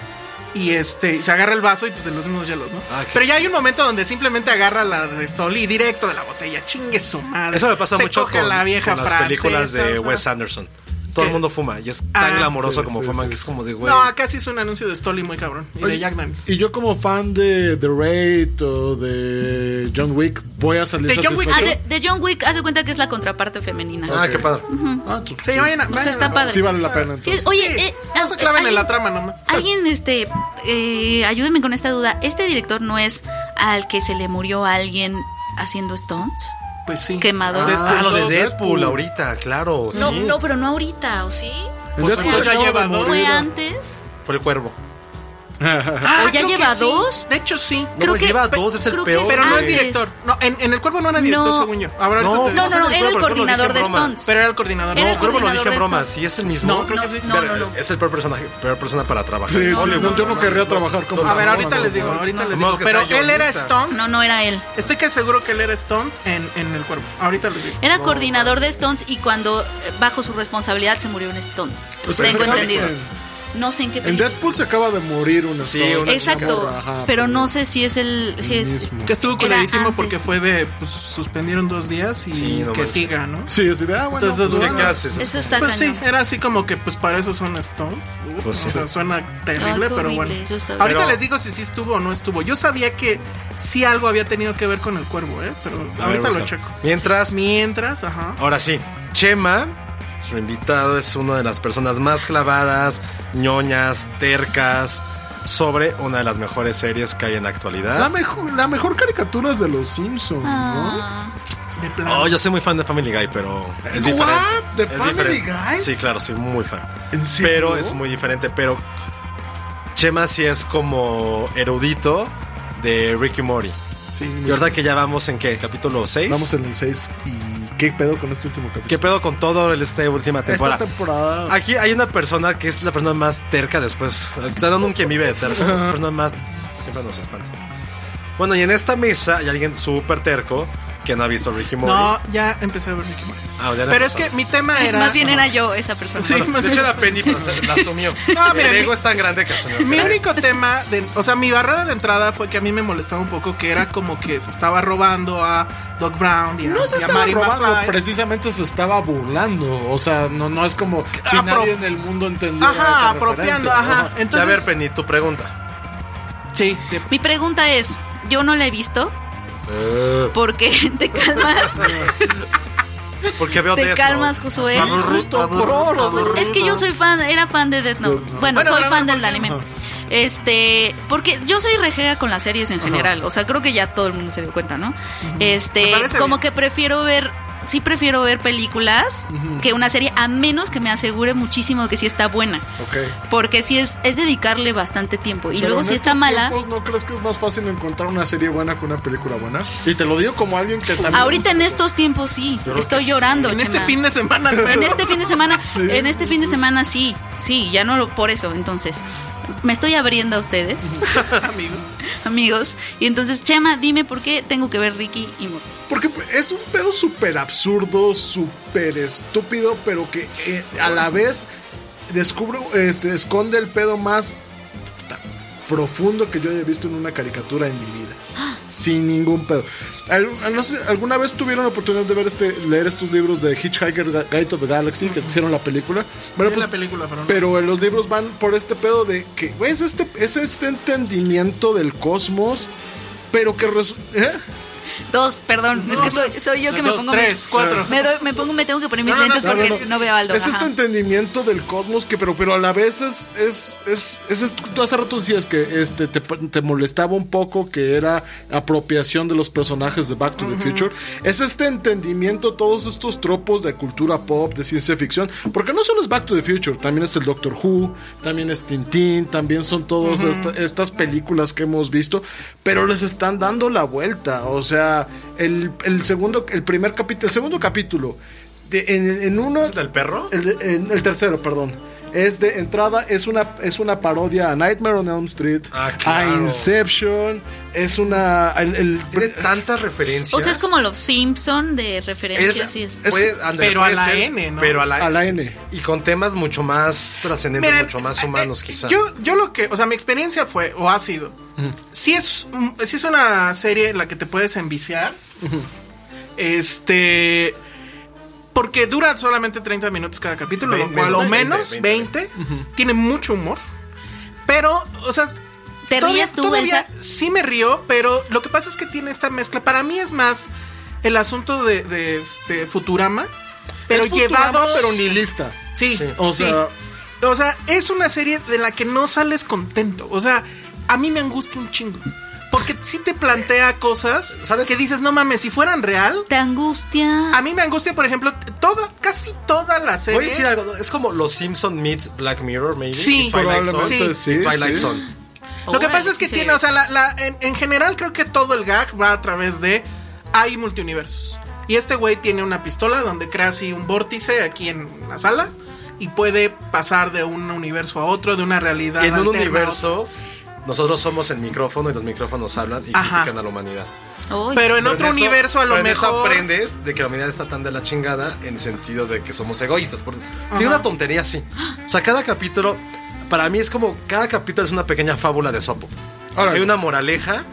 S5: Y este, se agarra el vaso y pues de los mismos hielos, ¿no?
S4: Ah, qué-
S5: Pero ya hay un momento donde simplemente agarra la de Stoli directo de la botella. Chingue su madre.
S4: Eso me pasa
S5: Se
S4: mucho
S5: coge a
S4: con,
S5: la vieja
S4: con las películas
S5: francesa,
S4: de
S5: o sea.
S4: Wes Anderson. Todo
S5: ¿Qué?
S4: el mundo fuma y es tan
S5: Ah,
S4: glamoroso
S6: sí,
S4: como
S6: sí,
S4: fuman
S6: sí.
S4: que es como de güey.
S5: No, ah, acá sí es un anuncio de Stoli muy cabrón. Y de
S6: Oye,
S5: Jack Daniels.
S6: Y yo como fan de The Raid o de John Wick, voy a salir
S5: De John Wick,
S7: Ah,
S6: satisfecho.
S7: de, de John Wick, haz de cuenta que es la contraparte femenina.
S4: ah, qué padre.
S6: Ah, tú-
S5: Sí, vayan a-
S7: O sea,
S5: vayan
S7: está
S5: a-
S7: padre.
S6: Sí vale la pena
S7: Sí,
S6: entonces.
S7: oye,
S5: Sí,
S7: eh,
S5: no se claven en
S7: ¿alguien-
S5: la trama nomás.
S7: Alguien, este, eh, ayúdeme con esta duda. ¿Este director no es al que se le murió a alguien haciendo stunts?
S5: Pues sí.
S7: Quemado.
S4: Ah, lo de
S5: dos.
S4: Deadpool ahorita, claro.
S7: No,
S4: sí.
S7: no, pero no ahorita, ¿o sí?
S4: Pues
S6: Deadpool
S4: pues
S6: se
S4: ya
S6: acaba de
S5: lleva dos.
S6: morir.
S7: ¿Fue antes?
S4: Fue el cuervo.
S5: Ah,
S7: ¿O
S5: creo
S7: ya
S5: que
S7: lleva
S5: sí.
S7: dos?
S5: De hecho, sí.
S7: Creo
S4: pues
S7: que-
S4: lleva
S7: pe-
S4: dos, es el
S7: creo que
S4: peor.
S5: Pero no es
S7: antes.
S5: director. No, en, en el cuervo no era director,
S7: No.
S5: según yo. Ahora
S4: No,
S5: ahorita te-
S7: No,
S4: Vamos a
S7: no, no,
S4: ver,
S7: era
S4: cuervo, cuervo,
S7: el
S4: lo dije en
S7: coordinador de
S4: broma.
S7: Stunts.
S5: Pero era el coordinador.
S7: Era el
S4: No, Cuervo lo dije
S7: coordinador
S4: en
S7: de
S4: broma,
S7: estos.
S4: sí es el mismo.
S5: No, creo que sí.
S7: No, no, no.
S4: Es el peor personaje, peor persona para trabajar.
S6: Sí,
S4: en
S6: sí,
S4: Hollywood.
S6: no, yo no querría trabajar como
S5: A ver,
S6: no,
S5: ahorita
S6: no,
S5: les
S6: no.
S5: digo, ahorita les
S4: Vamos
S5: digo.
S4: que sea
S5: Pero él era
S4: guionista.
S5: stunt.
S7: No, no era él.
S5: Estoy que seguro que él era stunt en, en el cuervo. Ahorita les digo.
S7: Era coordinador de Stones y cuando eh, bajo su responsabilidad se murió un Stone.
S6: Pues
S7: Tengo
S6: en-
S7: entendido.
S6: en-
S7: No sé en qué
S6: En
S7: película.
S6: Deadpool se acaba de morir una
S4: Sí,
S6: Stone,
S4: una
S7: Exacto,
S6: morra, ajá,
S7: pero no sé si es el si es
S6: mismo.
S5: Que estuvo
S7: Era
S5: culerísimo
S7: antes.
S5: porque fue de. Pues suspendieron dos días y
S4: Sí, no
S5: que
S4: manches.
S5: siga, ¿no?
S6: Sí, es de, ah, bueno.
S5: Entonces,
S6: pues,
S4: Pues,
S5: no,
S4: ¿Qué
S5: no.
S4: haces?
S7: Eso está
S5: Pues sí,
S7: cañón.
S5: era así como que, pues para eso son Stone.
S4: Pues sí.
S5: o sea, suena terrible,
S7: Ay, Ah, qué
S5: pero
S7: horrible,
S5: bueno.
S7: eso está
S5: Ahorita
S4: Pero-
S5: les digo si sí estuvo o no estuvo. Yo sabía que sí algo había tenido que ver con el cuervo, ¿eh? Pero
S4: A ver,
S5: ahorita lo
S4: busca.
S5: checo.
S4: Mientras,
S5: Mientras, ajá.
S4: Ahora sí, Chema, su invitado, es una de las personas más clavadas, ñoñas, tercas, sobre una de las mejores series que hay en la
S6: La
S4: actualidad.
S6: mejor, la mejor caricatura es de los Simpsons,
S5: Ah. De plan.
S4: Oh, yo soy muy fan de Family Guy, pero es
S6: ¿What?
S4: diferente.
S6: ¿De
S4: Es
S6: Family Guy?
S4: Sí, claro, soy muy fan.
S6: ¿En serio?
S4: Pero es muy diferente, pero Chema sí es como erudito de Ricky Mori.
S6: ¿no? Sí.
S4: Y ahorita que ya vamos en qué, capítulo 6.
S6: Vamos en el 6. ¿Y qué pedo con este último capítulo?
S4: ¿Qué pedo con todo el- esta última temporada?
S6: Esta temporada.
S4: Aquí hay una persona que es la persona más terca después. Está dando un quemibe de terco. Es la persona más. Siempre nos espanta. Bueno, y en esta mesa hay alguien súper terco que no ha visto Ricky Morty.
S5: No, ya empecé a ver Ricky Morty.
S4: Ah, ya la
S5: Pero es
S4: pasada.
S5: que mi tema era.
S7: Más bien era yo esa persona.
S5: Sí.
S4: Bueno, de hecho, la Penny pero se- la asumió.
S5: No, mira,
S4: el ego
S5: mi-
S4: es tan grande que asumió.
S5: Mi único tema, de- o sea, mi barrera de entrada fue que a mí me molestaba un poco que era como que se estaba robando a Doc Brown y a,
S6: No se
S5: y a
S6: estaba
S5: Marty
S6: robando,
S5: McFly.
S6: precisamente se estaba burlando. O sea, no, no es como si
S5: Apro-
S6: nadie en el mundo entendiera.
S5: Ah, Ajá,
S6: esa
S5: apropiando,
S6: referencia,
S5: ajá.
S6: ¿no?
S4: Ya, a
S5: Entonces,
S4: ver, Penny, tu pregunta.
S5: sí, de-
S7: Mi pregunta es, yo no la he visto
S4: Eh.
S7: porque te calmas,
S4: ¿Por qué veo
S7: te
S4: Death
S7: calmas,
S4: Note?
S7: Josué.
S6: Justo por oro.
S7: Pues es que yo soy fan, era fan de Death Note. Bueno, soy
S5: pero-
S7: fan del anime. Este, porque yo soy rejega con las series en general, o sea, creo que ya todo el mundo se dio cuenta, ¿no? Este,
S5: Me parece
S7: como
S5: bien.
S7: que prefiero ver sí prefiero ver películas que una serie a menos que me asegure muchísimo que sí está buena,
S6: Ok.
S7: porque sí es es dedicarle bastante tiempo y
S6: Pero
S7: luego
S6: en
S7: si está
S6: estos
S7: mala
S6: tiempos, ¿No crees que es más fácil encontrar una serie buena que una película buena? Y te lo digo como alguien que también.
S7: Ahorita en estos tiempos sí, estoy llorando.
S5: en este
S7: Chema.
S5: fin de semana. al
S7: en
S5: menos.
S7: este fin de semana,
S6: Sí,
S7: en este fin de semana sí, sí, ya no lo por eso, entonces me estoy abriendo a ustedes,
S5: amigos.
S7: amigos, y entonces Chema, dime por qué tengo que ver Ricky y Morty.
S6: Porque es un pedo súper absurdo, súper estúpido, pero que eh, a la vez descubro, este, esconde el pedo más puta, profundo que yo haya visto en una caricatura en mi vida. Sin ningún pedo. Al- no sé, ¿Alguna vez tuvieron la oportunidad de ver este, leer estos libros de Hitchhiker Ga- Guide to the Galaxy que hicieron la película? Bueno,
S5: Vi
S6: pues,
S5: la película, pero no.
S6: pero en los libros van por este pedo de que, güey, es este, es este entendimiento del cosmos, pero que resu- ¿eh?
S7: Dos, perdón, es que soy, soy yo que me
S5: Dos,
S7: pongo
S5: tres,
S7: mis,
S5: cuatro.
S7: Me, doy- me pongo me tengo que poner mis
S5: No, no, no,
S7: lentes
S5: no,
S7: porque no, veo a Aldo.
S6: Es
S7: ajá.
S6: este entendimiento del cosmos que, pero, pero a la vez es, es, es, es, est- tú hace rato decías que este, te, te molestaba un poco que era apropiación de los personajes de Back to the Future. Es este entendimiento, todos estos tropos de cultura pop, de ciencia ficción, porque no solo es Back to the Future, también es el Doctor Who, también es Tintín, también son todas esta- estas películas que hemos visto, pero les están dando la vuelta. O sea, el, el segundo, el primer capítulo, el segundo capítulo. de- en, en uno
S4: ¿Es del perro?
S6: el, en- el tercero, perdón. Es de entrada, es una, es una parodia a Nightmare on Elm Street,
S4: Ah, claro.
S6: a Inception, es una. el- el-
S4: Tiene tantas referencias.
S7: o sea, es como los Simpson de
S4: Es-
S7: referencias, sí es.
S4: puede- ándale,
S5: Pero a
S4: puede
S5: la
S4: ser,
S5: N, ¿no?
S4: Pero a la,
S6: A la N.
S4: Y con temas mucho más trascendentes,
S5: Miren,
S4: mucho más
S5: eh,
S4: humanos,
S5: eh,
S4: quizá. Mm.
S5: Yo, yo lo que, o sea, mi experiencia fue, o ha sido, si, es, un- si es una serie en la que te puedes enviciar, este... Porque dura solamente 30 minutos cada capítulo,
S4: Ve-
S5: lo
S4: menos,
S5: cual, o
S4: 20,
S5: menos 20.
S4: 20.
S5: Tiene mucho humor. Pero, o sea...
S7: ¿Te
S5: todavía-
S7: ríes tú,
S5: todavía
S7: Elsa?
S5: Sí me río, pero lo que pasa es que tiene esta mezcla. Para mí es más el asunto de, de este Futurama, pero
S6: es Futurama,
S5: llevado...
S6: pero nihilista.
S5: Sí,
S4: Sí.
S6: O
S5: sí.
S6: sea-
S5: O sea, es una serie de la que no sales contento. O sea, a mí me angustia un chingo. Porque sí te plantea cosas
S4: ¿Sabes?
S5: que dices, no mames, si fueran real.
S7: Te angustia.
S5: A mí me angustia, por ejemplo, t- toda, casi toda la serie.
S4: Voy a decir algo, ¿no? es como Los Simpson meets Black Mirror, maybe.
S5: Sí,
S4: y Twilight Zone.
S5: probablemente
S6: sí,
S4: Y Twilight
S6: sí.
S4: Zone.
S5: Lo que
S7: Órale,
S5: pasa es que
S7: sí.
S5: tiene, o sea, la- la- en, en general creo que todo el gag va a través de hay multiuniversos. Y este güey tiene una pistola donde crea así un vórtice aquí en la sala y puede pasar de un universo a otro, de una realidad.
S4: Y en un
S5: alterna a
S4: universo, nosotros somos el micrófono y los micrófonos hablan y
S5: Ajá.
S4: critican a la humanidad.
S7: Uy.
S5: otra. Pero en otro
S4: eso-
S5: universo a lo
S4: pero en eso
S5: mejor.
S4: aprendes de que la humanidad está tan de la chingada en sentido de que somos egoístas. Porque tiene una tontería así. O sea, cada capítulo, para mí es como, cada capítulo es una pequeña fábula de Sopo.
S6: Ahora-
S4: Hay una moraleja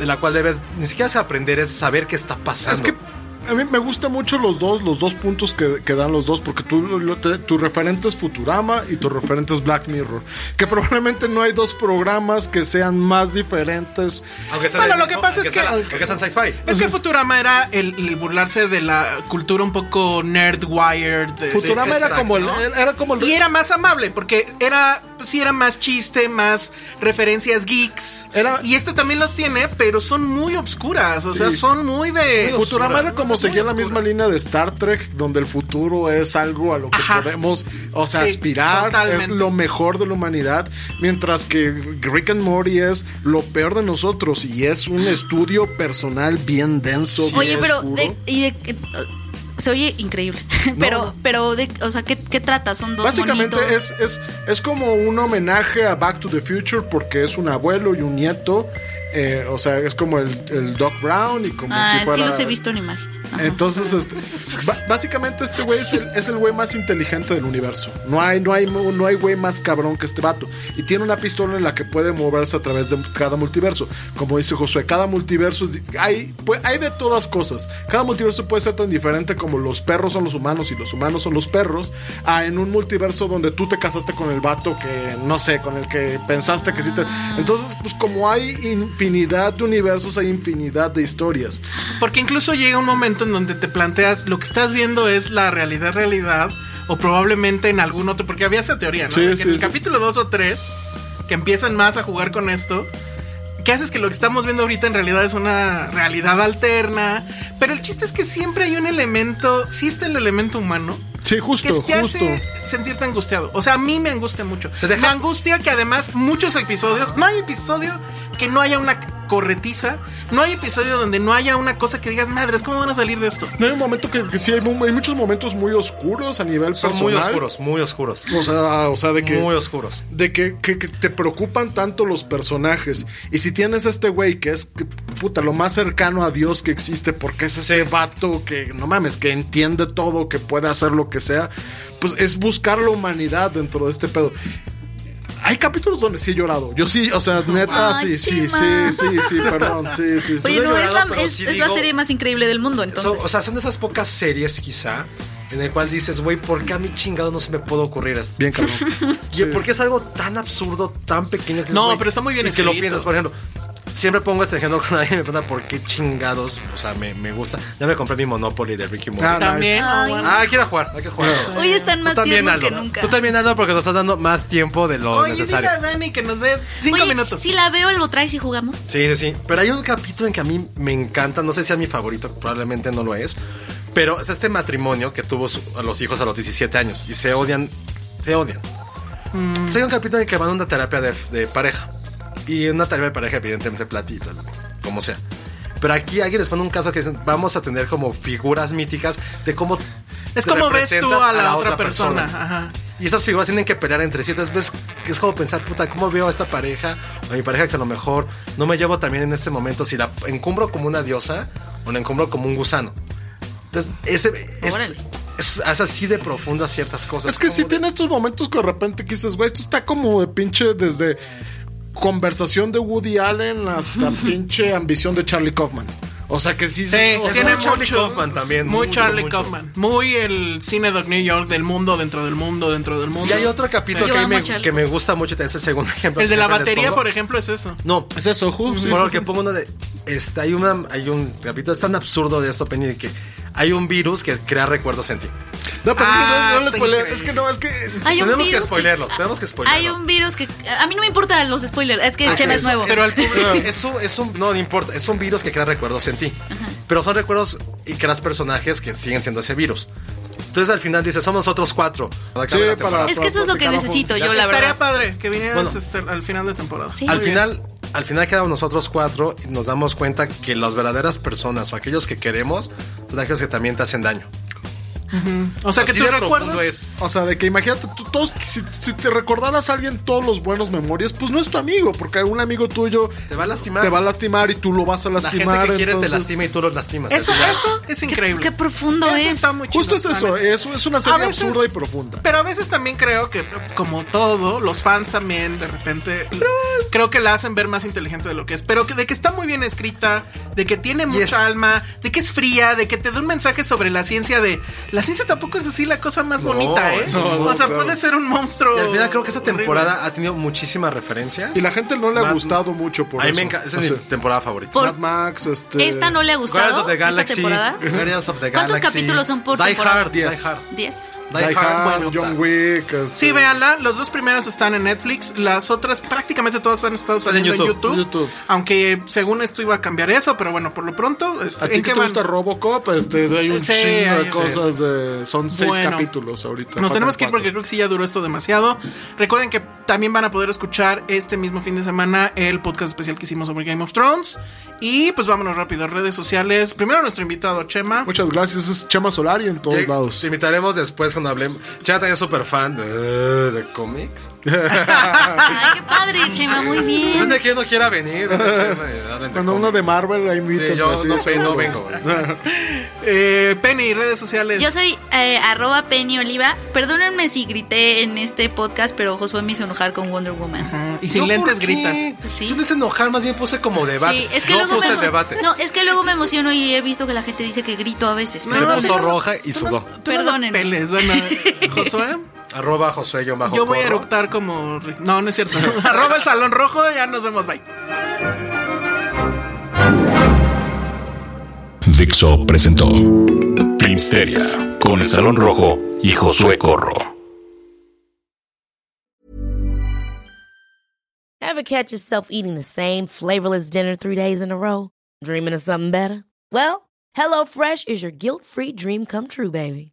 S4: de la cual debes, ni siquiera es aprender, es saber qué está pasando.
S6: Es que a mí me gustan mucho los dos, los dos puntos que, que dan los dos, porque tú, lo- te- tu referente es Futurama y tu referente es Black Mirror. Que probablemente no hay dos programas que sean más diferentes.
S4: Aunque sea
S5: Bueno,
S4: del
S5: lo que pasa
S4: aunque
S5: es que-
S4: sea- aunque sean sci-fi.
S5: Es que Futurama era el, el burlarse de la cultura un poco nerd wired. de-
S6: Futurama era
S4: exacto,
S6: como el,
S4: ¿no?
S6: era como el-
S5: Y era más amable, porque era, pues, sí era más chiste, más referencias geeks.
S6: Era-
S5: y este también los tiene, pero son muy obscuras. O sea, son muy de.
S6: Futurama era como
S5: Muy
S6: seguía la
S5: oscura.
S6: misma línea de Star Trek, donde el futuro es algo a lo que
S5: Ajá.
S6: podemos, o sea,
S5: Sí,
S6: aspirar,
S5: totalmente.
S6: es lo mejor de la humanidad, mientras que Rick and Morty es lo peor de nosotros y es
S5: Ah.
S6: un estudio personal bien denso.
S7: Oye,
S6: bien
S7: pero
S6: oscuro.
S7: de- y de- eh, se oye increíble. pero, pero de, o sea, ¿qué, qué trata? Son dos
S6: Básicamente
S7: monitos.
S6: es, es, es como un homenaje a Back to the Future porque es un abuelo y un nieto. eh, o sea, es como el, el Doc Brown y como
S7: Ah,
S6: si fuera.
S7: sí los he visto en imagen. Ajá.
S6: Entonces, este, ba- básicamente este güey es el, es el güey más inteligente del universo. No hay, no hay, mo- no hay güey más cabrón que este vato. Y tiene una pistola en la que puede moverse a través de cada multiverso. Como dice Josué, cada multiverso es di- hay, pues, hay de todas cosas. Cada multiverso puede ser tan diferente como los perros son los humanos y los humanos son los perros. A en un multiverso donde tú te casaste con el vato que no sé, con el que pensaste que sí te. Entonces, pues como hay infinidad de universos, hay infinidad de historias.
S5: Porque incluso llega un momento en donde te planteas lo que estás viendo es la realidad, realidad, o probablemente en algún otro, porque había esa teoría, ¿no?
S6: Sí,
S5: De que
S6: sí,
S5: en el
S6: sí.
S5: capítulo 2 o 3, que empiezan más a jugar con esto, que haces que lo que estamos viendo ahorita en realidad es una realidad alterna, pero el chiste es que siempre hay un elemento, sí está el elemento humano,
S6: Sí,
S5: que
S6: justo,
S5: te
S6: justo.
S5: hace sentirte angustiado. O sea, a mí me angustia mucho.
S4: Se deja-
S5: Me angustia que además muchos episodios, no hay episodio que no haya una corretiza, no hay episodio donde no haya una cosa que digas, madres, ¿cómo van a salir de esto?
S6: No hay un momento que, que sí, hay, mu- hay muchos momentos muy oscuros a nivel
S4: Son
S6: personal.
S4: muy oscuros, muy oscuros.
S6: O sea, o sea, de que.
S4: Muy oscuros.
S6: De que, que- que te preocupan tanto los personajes. Y si tienes a este güey que es, que, puta, lo más cercano a Dios que existe, porque es ese vato que, no mames, que entiende todo, que puede hacer lo que sea, pues es buscar la humanidad dentro de este pedo. Hay capítulos donde sí he llorado. Yo sí, o sea, neta, sí,
S7: Ay,
S6: sí,
S7: Chema.
S6: sí, sí, sí, perdón, sí, sí. sí.
S7: Oye,
S4: he
S7: no, es,
S4: llorado,
S7: la,
S4: pero
S7: es-
S4: sí
S7: es la
S4: digo-
S7: serie más increíble del mundo,
S4: Son-
S7: entonces.
S4: o sea, son de esas pocas series, quizá, en el cual dices, güey, ¿por qué a mi chingado no se me puede ocurrir esto?
S6: Bien, cabrón.
S4: Y porque es algo tan absurdo, tan pequeño que
S5: No,
S4: güey,
S5: pero está muy bien
S4: y que lo
S5: escrito.
S4: piensas, por ejemplo. Siempre pongo este ejemplo con nadie me pregunta por qué chingados, o sea, me, me gusta. Ya me compré mi Monopoly de Ricky Morty.
S6: Ah,
S4: Ah,
S5: También.
S7: Ay.
S5: no,
S4: hay que ir a jugar, hay que jugar.
S7: Hoy están
S4: Tú
S7: más
S4: también,
S7: tiernos que
S4: Aldo.
S7: nunca.
S4: Tú también, Aldo, porque nos estás dando más tiempo de lo
S5: Oye, dile
S4: necesario.
S5: a Dani que nos dé cinco
S7: Oye,
S5: minutos.
S7: Si la veo, lo traes y jugamos.
S4: Sí, sí, sí. Pero hay un capítulo en que a mí me encanta, no sé si es mi favorito, probablemente no lo es, pero es este matrimonio que tuvo su- a los hijos a los 17 años y se odian, se odian.
S5: Mm.
S4: Entonces, hay un capítulo en el que van a una terapia de, de pareja y en una terapia de pareja evidentemente platita, como sea. Pero aquí alguien les pone un caso que dicen, vamos a tener como figuras míticas de cómo...
S5: es
S4: te
S5: como ves tú
S4: representas
S5: a la, otra, persona. Ajá.
S4: y estas figuras tienen que pelear entre sí. Entonces ves que es como pensar, puta, ¿cómo veo a esta pareja? A mi pareja que a lo mejor no me llevo también en este momento. Si la encumbro como una diosa o la encumbro como un gusano. Entonces, ese es,
S7: Órale.
S4: es- es así de profundo a ciertas cosas.
S6: Es que
S4: Como
S6: sí
S4: de-
S6: tiene estos momentos que de repente que dices, güey, esto está como de pinche desde conversación de Woody Allen hasta pinche ambición de Charlie Kaufman. O sea que sí,
S5: Sí,
S6: o sea,
S4: muy
S5: tiene mucho,
S4: Charlie Kaufman también,
S5: Muy
S4: mucho,
S5: Charlie
S4: mucho.
S5: Kaufman. Muy el cine de New York, del mundo, dentro del mundo, dentro del mundo.
S4: Y hay otro capítulo
S7: Sí.
S4: que,
S7: Yo
S4: a mí
S7: amo
S4: me,
S7: a Charlie.
S4: que me gusta mucho, es el segundo ejemplo.
S5: El de
S4: que
S5: la
S4: siempre les
S5: batería,
S4: pongo.
S5: por ejemplo, es eso.
S4: No,
S6: es eso, Ju?
S4: Por lo que pongo uno de. este, hay, una, hay un capítulo, es tan absurdo de esto, Penny, de que hay un virus que crea recuerdos en ti.
S6: No, pero
S5: Ah,
S6: no, no, no les
S5: está
S6: spoileo.
S5: increíble.
S6: Es que no, es que.
S7: Hay un
S4: tenemos que
S7: virus ah,
S4: spoilearlos, tenemos que spoilearlos.
S7: Hay un virus que. A mí no me importan los spoilers. Es que Chema es
S4: Eso-
S7: nuevo.
S4: Pero al
S6: Ah.
S4: público, es un, es un- no, no importa, es un virus que crea recuerdos en ti. Pero son recuerdos y creas personajes que siguen siendo ese virus. Entonces al final dice, somos nosotros cuatro. Acaba la
S6: para-
S4: temporada.
S7: es que eso es lo que
S6: Platicaba
S7: necesito
S4: Ya.
S7: yo, la
S5: Estaría
S7: verdad.
S5: padre que vinieras
S4: Bueno.
S5: este, al final de temporada.
S7: Sí.
S4: al
S7: Muy bien.
S4: final, al final quedamos nosotros cuatro y nos damos cuenta que las verdaderas personas o aquellos que queremos son aquellos que también te hacen daño.
S5: O sea, que
S4: Así
S5: tú
S4: de profundo
S5: recuerdas.
S4: es.
S6: O sea, de que imagínate, tú, todos, si, si te recordaras a alguien todos los buenos memorias, pues no es tu amigo, porque algún amigo tuyo
S4: Te va a lastimar.
S6: te va a lastimar y tú lo vas a
S4: La gente
S6: lastimar.
S4: que quiere
S6: entonces-
S4: te lastima y tú los lastimas.
S5: Eso,
S4: Al final,
S5: eso es increíble.
S7: qué profundo
S5: Eso
S7: es.
S5: está muy
S6: Justo es
S5: chido,
S6: eso,
S4: eh,
S5: la neta.
S6: es, es una
S5: A
S6: serie
S5: veces-
S6: absurda y profunda.
S5: Pero a veces también creo que, como todo, los fans también de repente creo que la hacen ver más inteligente de lo que es. Pero que, de que está muy bien escrita, de que tiene mucha
S4: es-
S5: alma, de que es fría, de que te da un mensaje sobre la ciencia de. La ciencia tampoco es así la cosa más bonita, ¿eh?
S4: eso
S5: o sea,
S6: claro.
S5: puede ser un monstruo.
S4: Y al final creo que esta
S5: horrible.
S4: temporada ha tenido muchísimas referencias.
S6: Y la gente no le ha
S4: Mad-
S6: gustado mucho por
S4: A mí
S6: eso.
S4: me encanta, esa
S6: O
S4: es mi
S6: sea,
S4: temporada favorita.
S7: Por-
S6: Mad Max, este.
S7: Esta no le ha
S4: Guardians of
S7: gustado
S4: the
S7: esta
S4: Galaxy.
S7: temporada.
S4: Guardians of the
S7: ¿Cuántos
S4: Galaxy.
S7: capítulos son por
S4: Die
S7: temporada?
S4: Hard, Die
S6: Diez.
S4: Hard.
S7: 10.
S6: Die Hard, John Wick. este-
S5: Sí, véanla. Los dos primeros están en Netflix. Las otras prácticamente todas han estado
S4: Están en
S5: saliendo en
S4: YouTube.
S5: YouTube.
S6: YouTube.
S5: Aunque según esto iba a cambiar eso, pero bueno, por lo pronto. este,
S6: ¿A ti
S5: ¿en
S6: que
S5: qué
S6: te
S5: van?
S6: gusta Robocop? Este, hay un
S5: Sí,
S6: chingo de
S5: hay- sí.
S6: cosas. de- son seis
S5: Bueno.
S6: capítulos ahorita.
S5: Nos
S6: faltan
S5: tenemos que ir
S6: cuatro.
S5: porque creo que sí ya duró esto demasiado. Recuerden que también van a poder escuchar este mismo fin de semana el podcast especial que hicimos sobre Game of Thrones. Y pues vámonos rápido, redes sociales. Primero nuestro invitado Chema.
S6: Muchas gracias. Es Chema Solari en todos
S4: Te,
S6: lados.
S4: te invitaremos después cuando hablemos. Ya también es súper fan de, de cómics. Pues
S7: Ay, qué padre, Chema, muy
S4: Es
S7: bien.
S4: de que no quiera venir.
S6: Cuando uno de Marvel, ahí invítenme,
S4: Sí, yo
S6: así
S4: no,
S6: es
S4: pe- no
S6: como-
S4: vengo. güey.
S5: Eh, Penny, redes sociales.
S7: Yo soy eh, arroba Penny Oliva. Perdónenme si grité en este podcast, pero Josué me hizo enojar con Wonder Woman.
S5: Ah, y
S4: ¿Yo
S5: sin lentes
S4: por qué?
S5: gritas.
S7: Sí.
S4: Yo no hice enojar, más bien puse como debate.
S7: Sí, es que
S4: no
S7: luego
S4: puse
S7: me
S4: el debate.
S7: No, es que luego me emociono y he visto que la gente dice que grito a veces.
S4: se
S7: Perdón.
S4: puso roja y
S5: Tú no-
S4: sudó.
S5: tú no las
S7: Perdónenme.
S5: peles, bueno, eh, Josué.
S4: Arroba Josué yo bajo
S5: Yo voy a
S4: corro.
S5: eructar como. No, no es cierto. Arroba el salón rojo, ya nos vemos, bye.
S3: Dixo presentó Filmsteria con el Salón Rojo y Josué Corro.
S8: Ever catch yourself eating the same flavorless dinner three days in a row? Dreaming of something better? Well, HelloFresh is your guilt free dream come true, baby.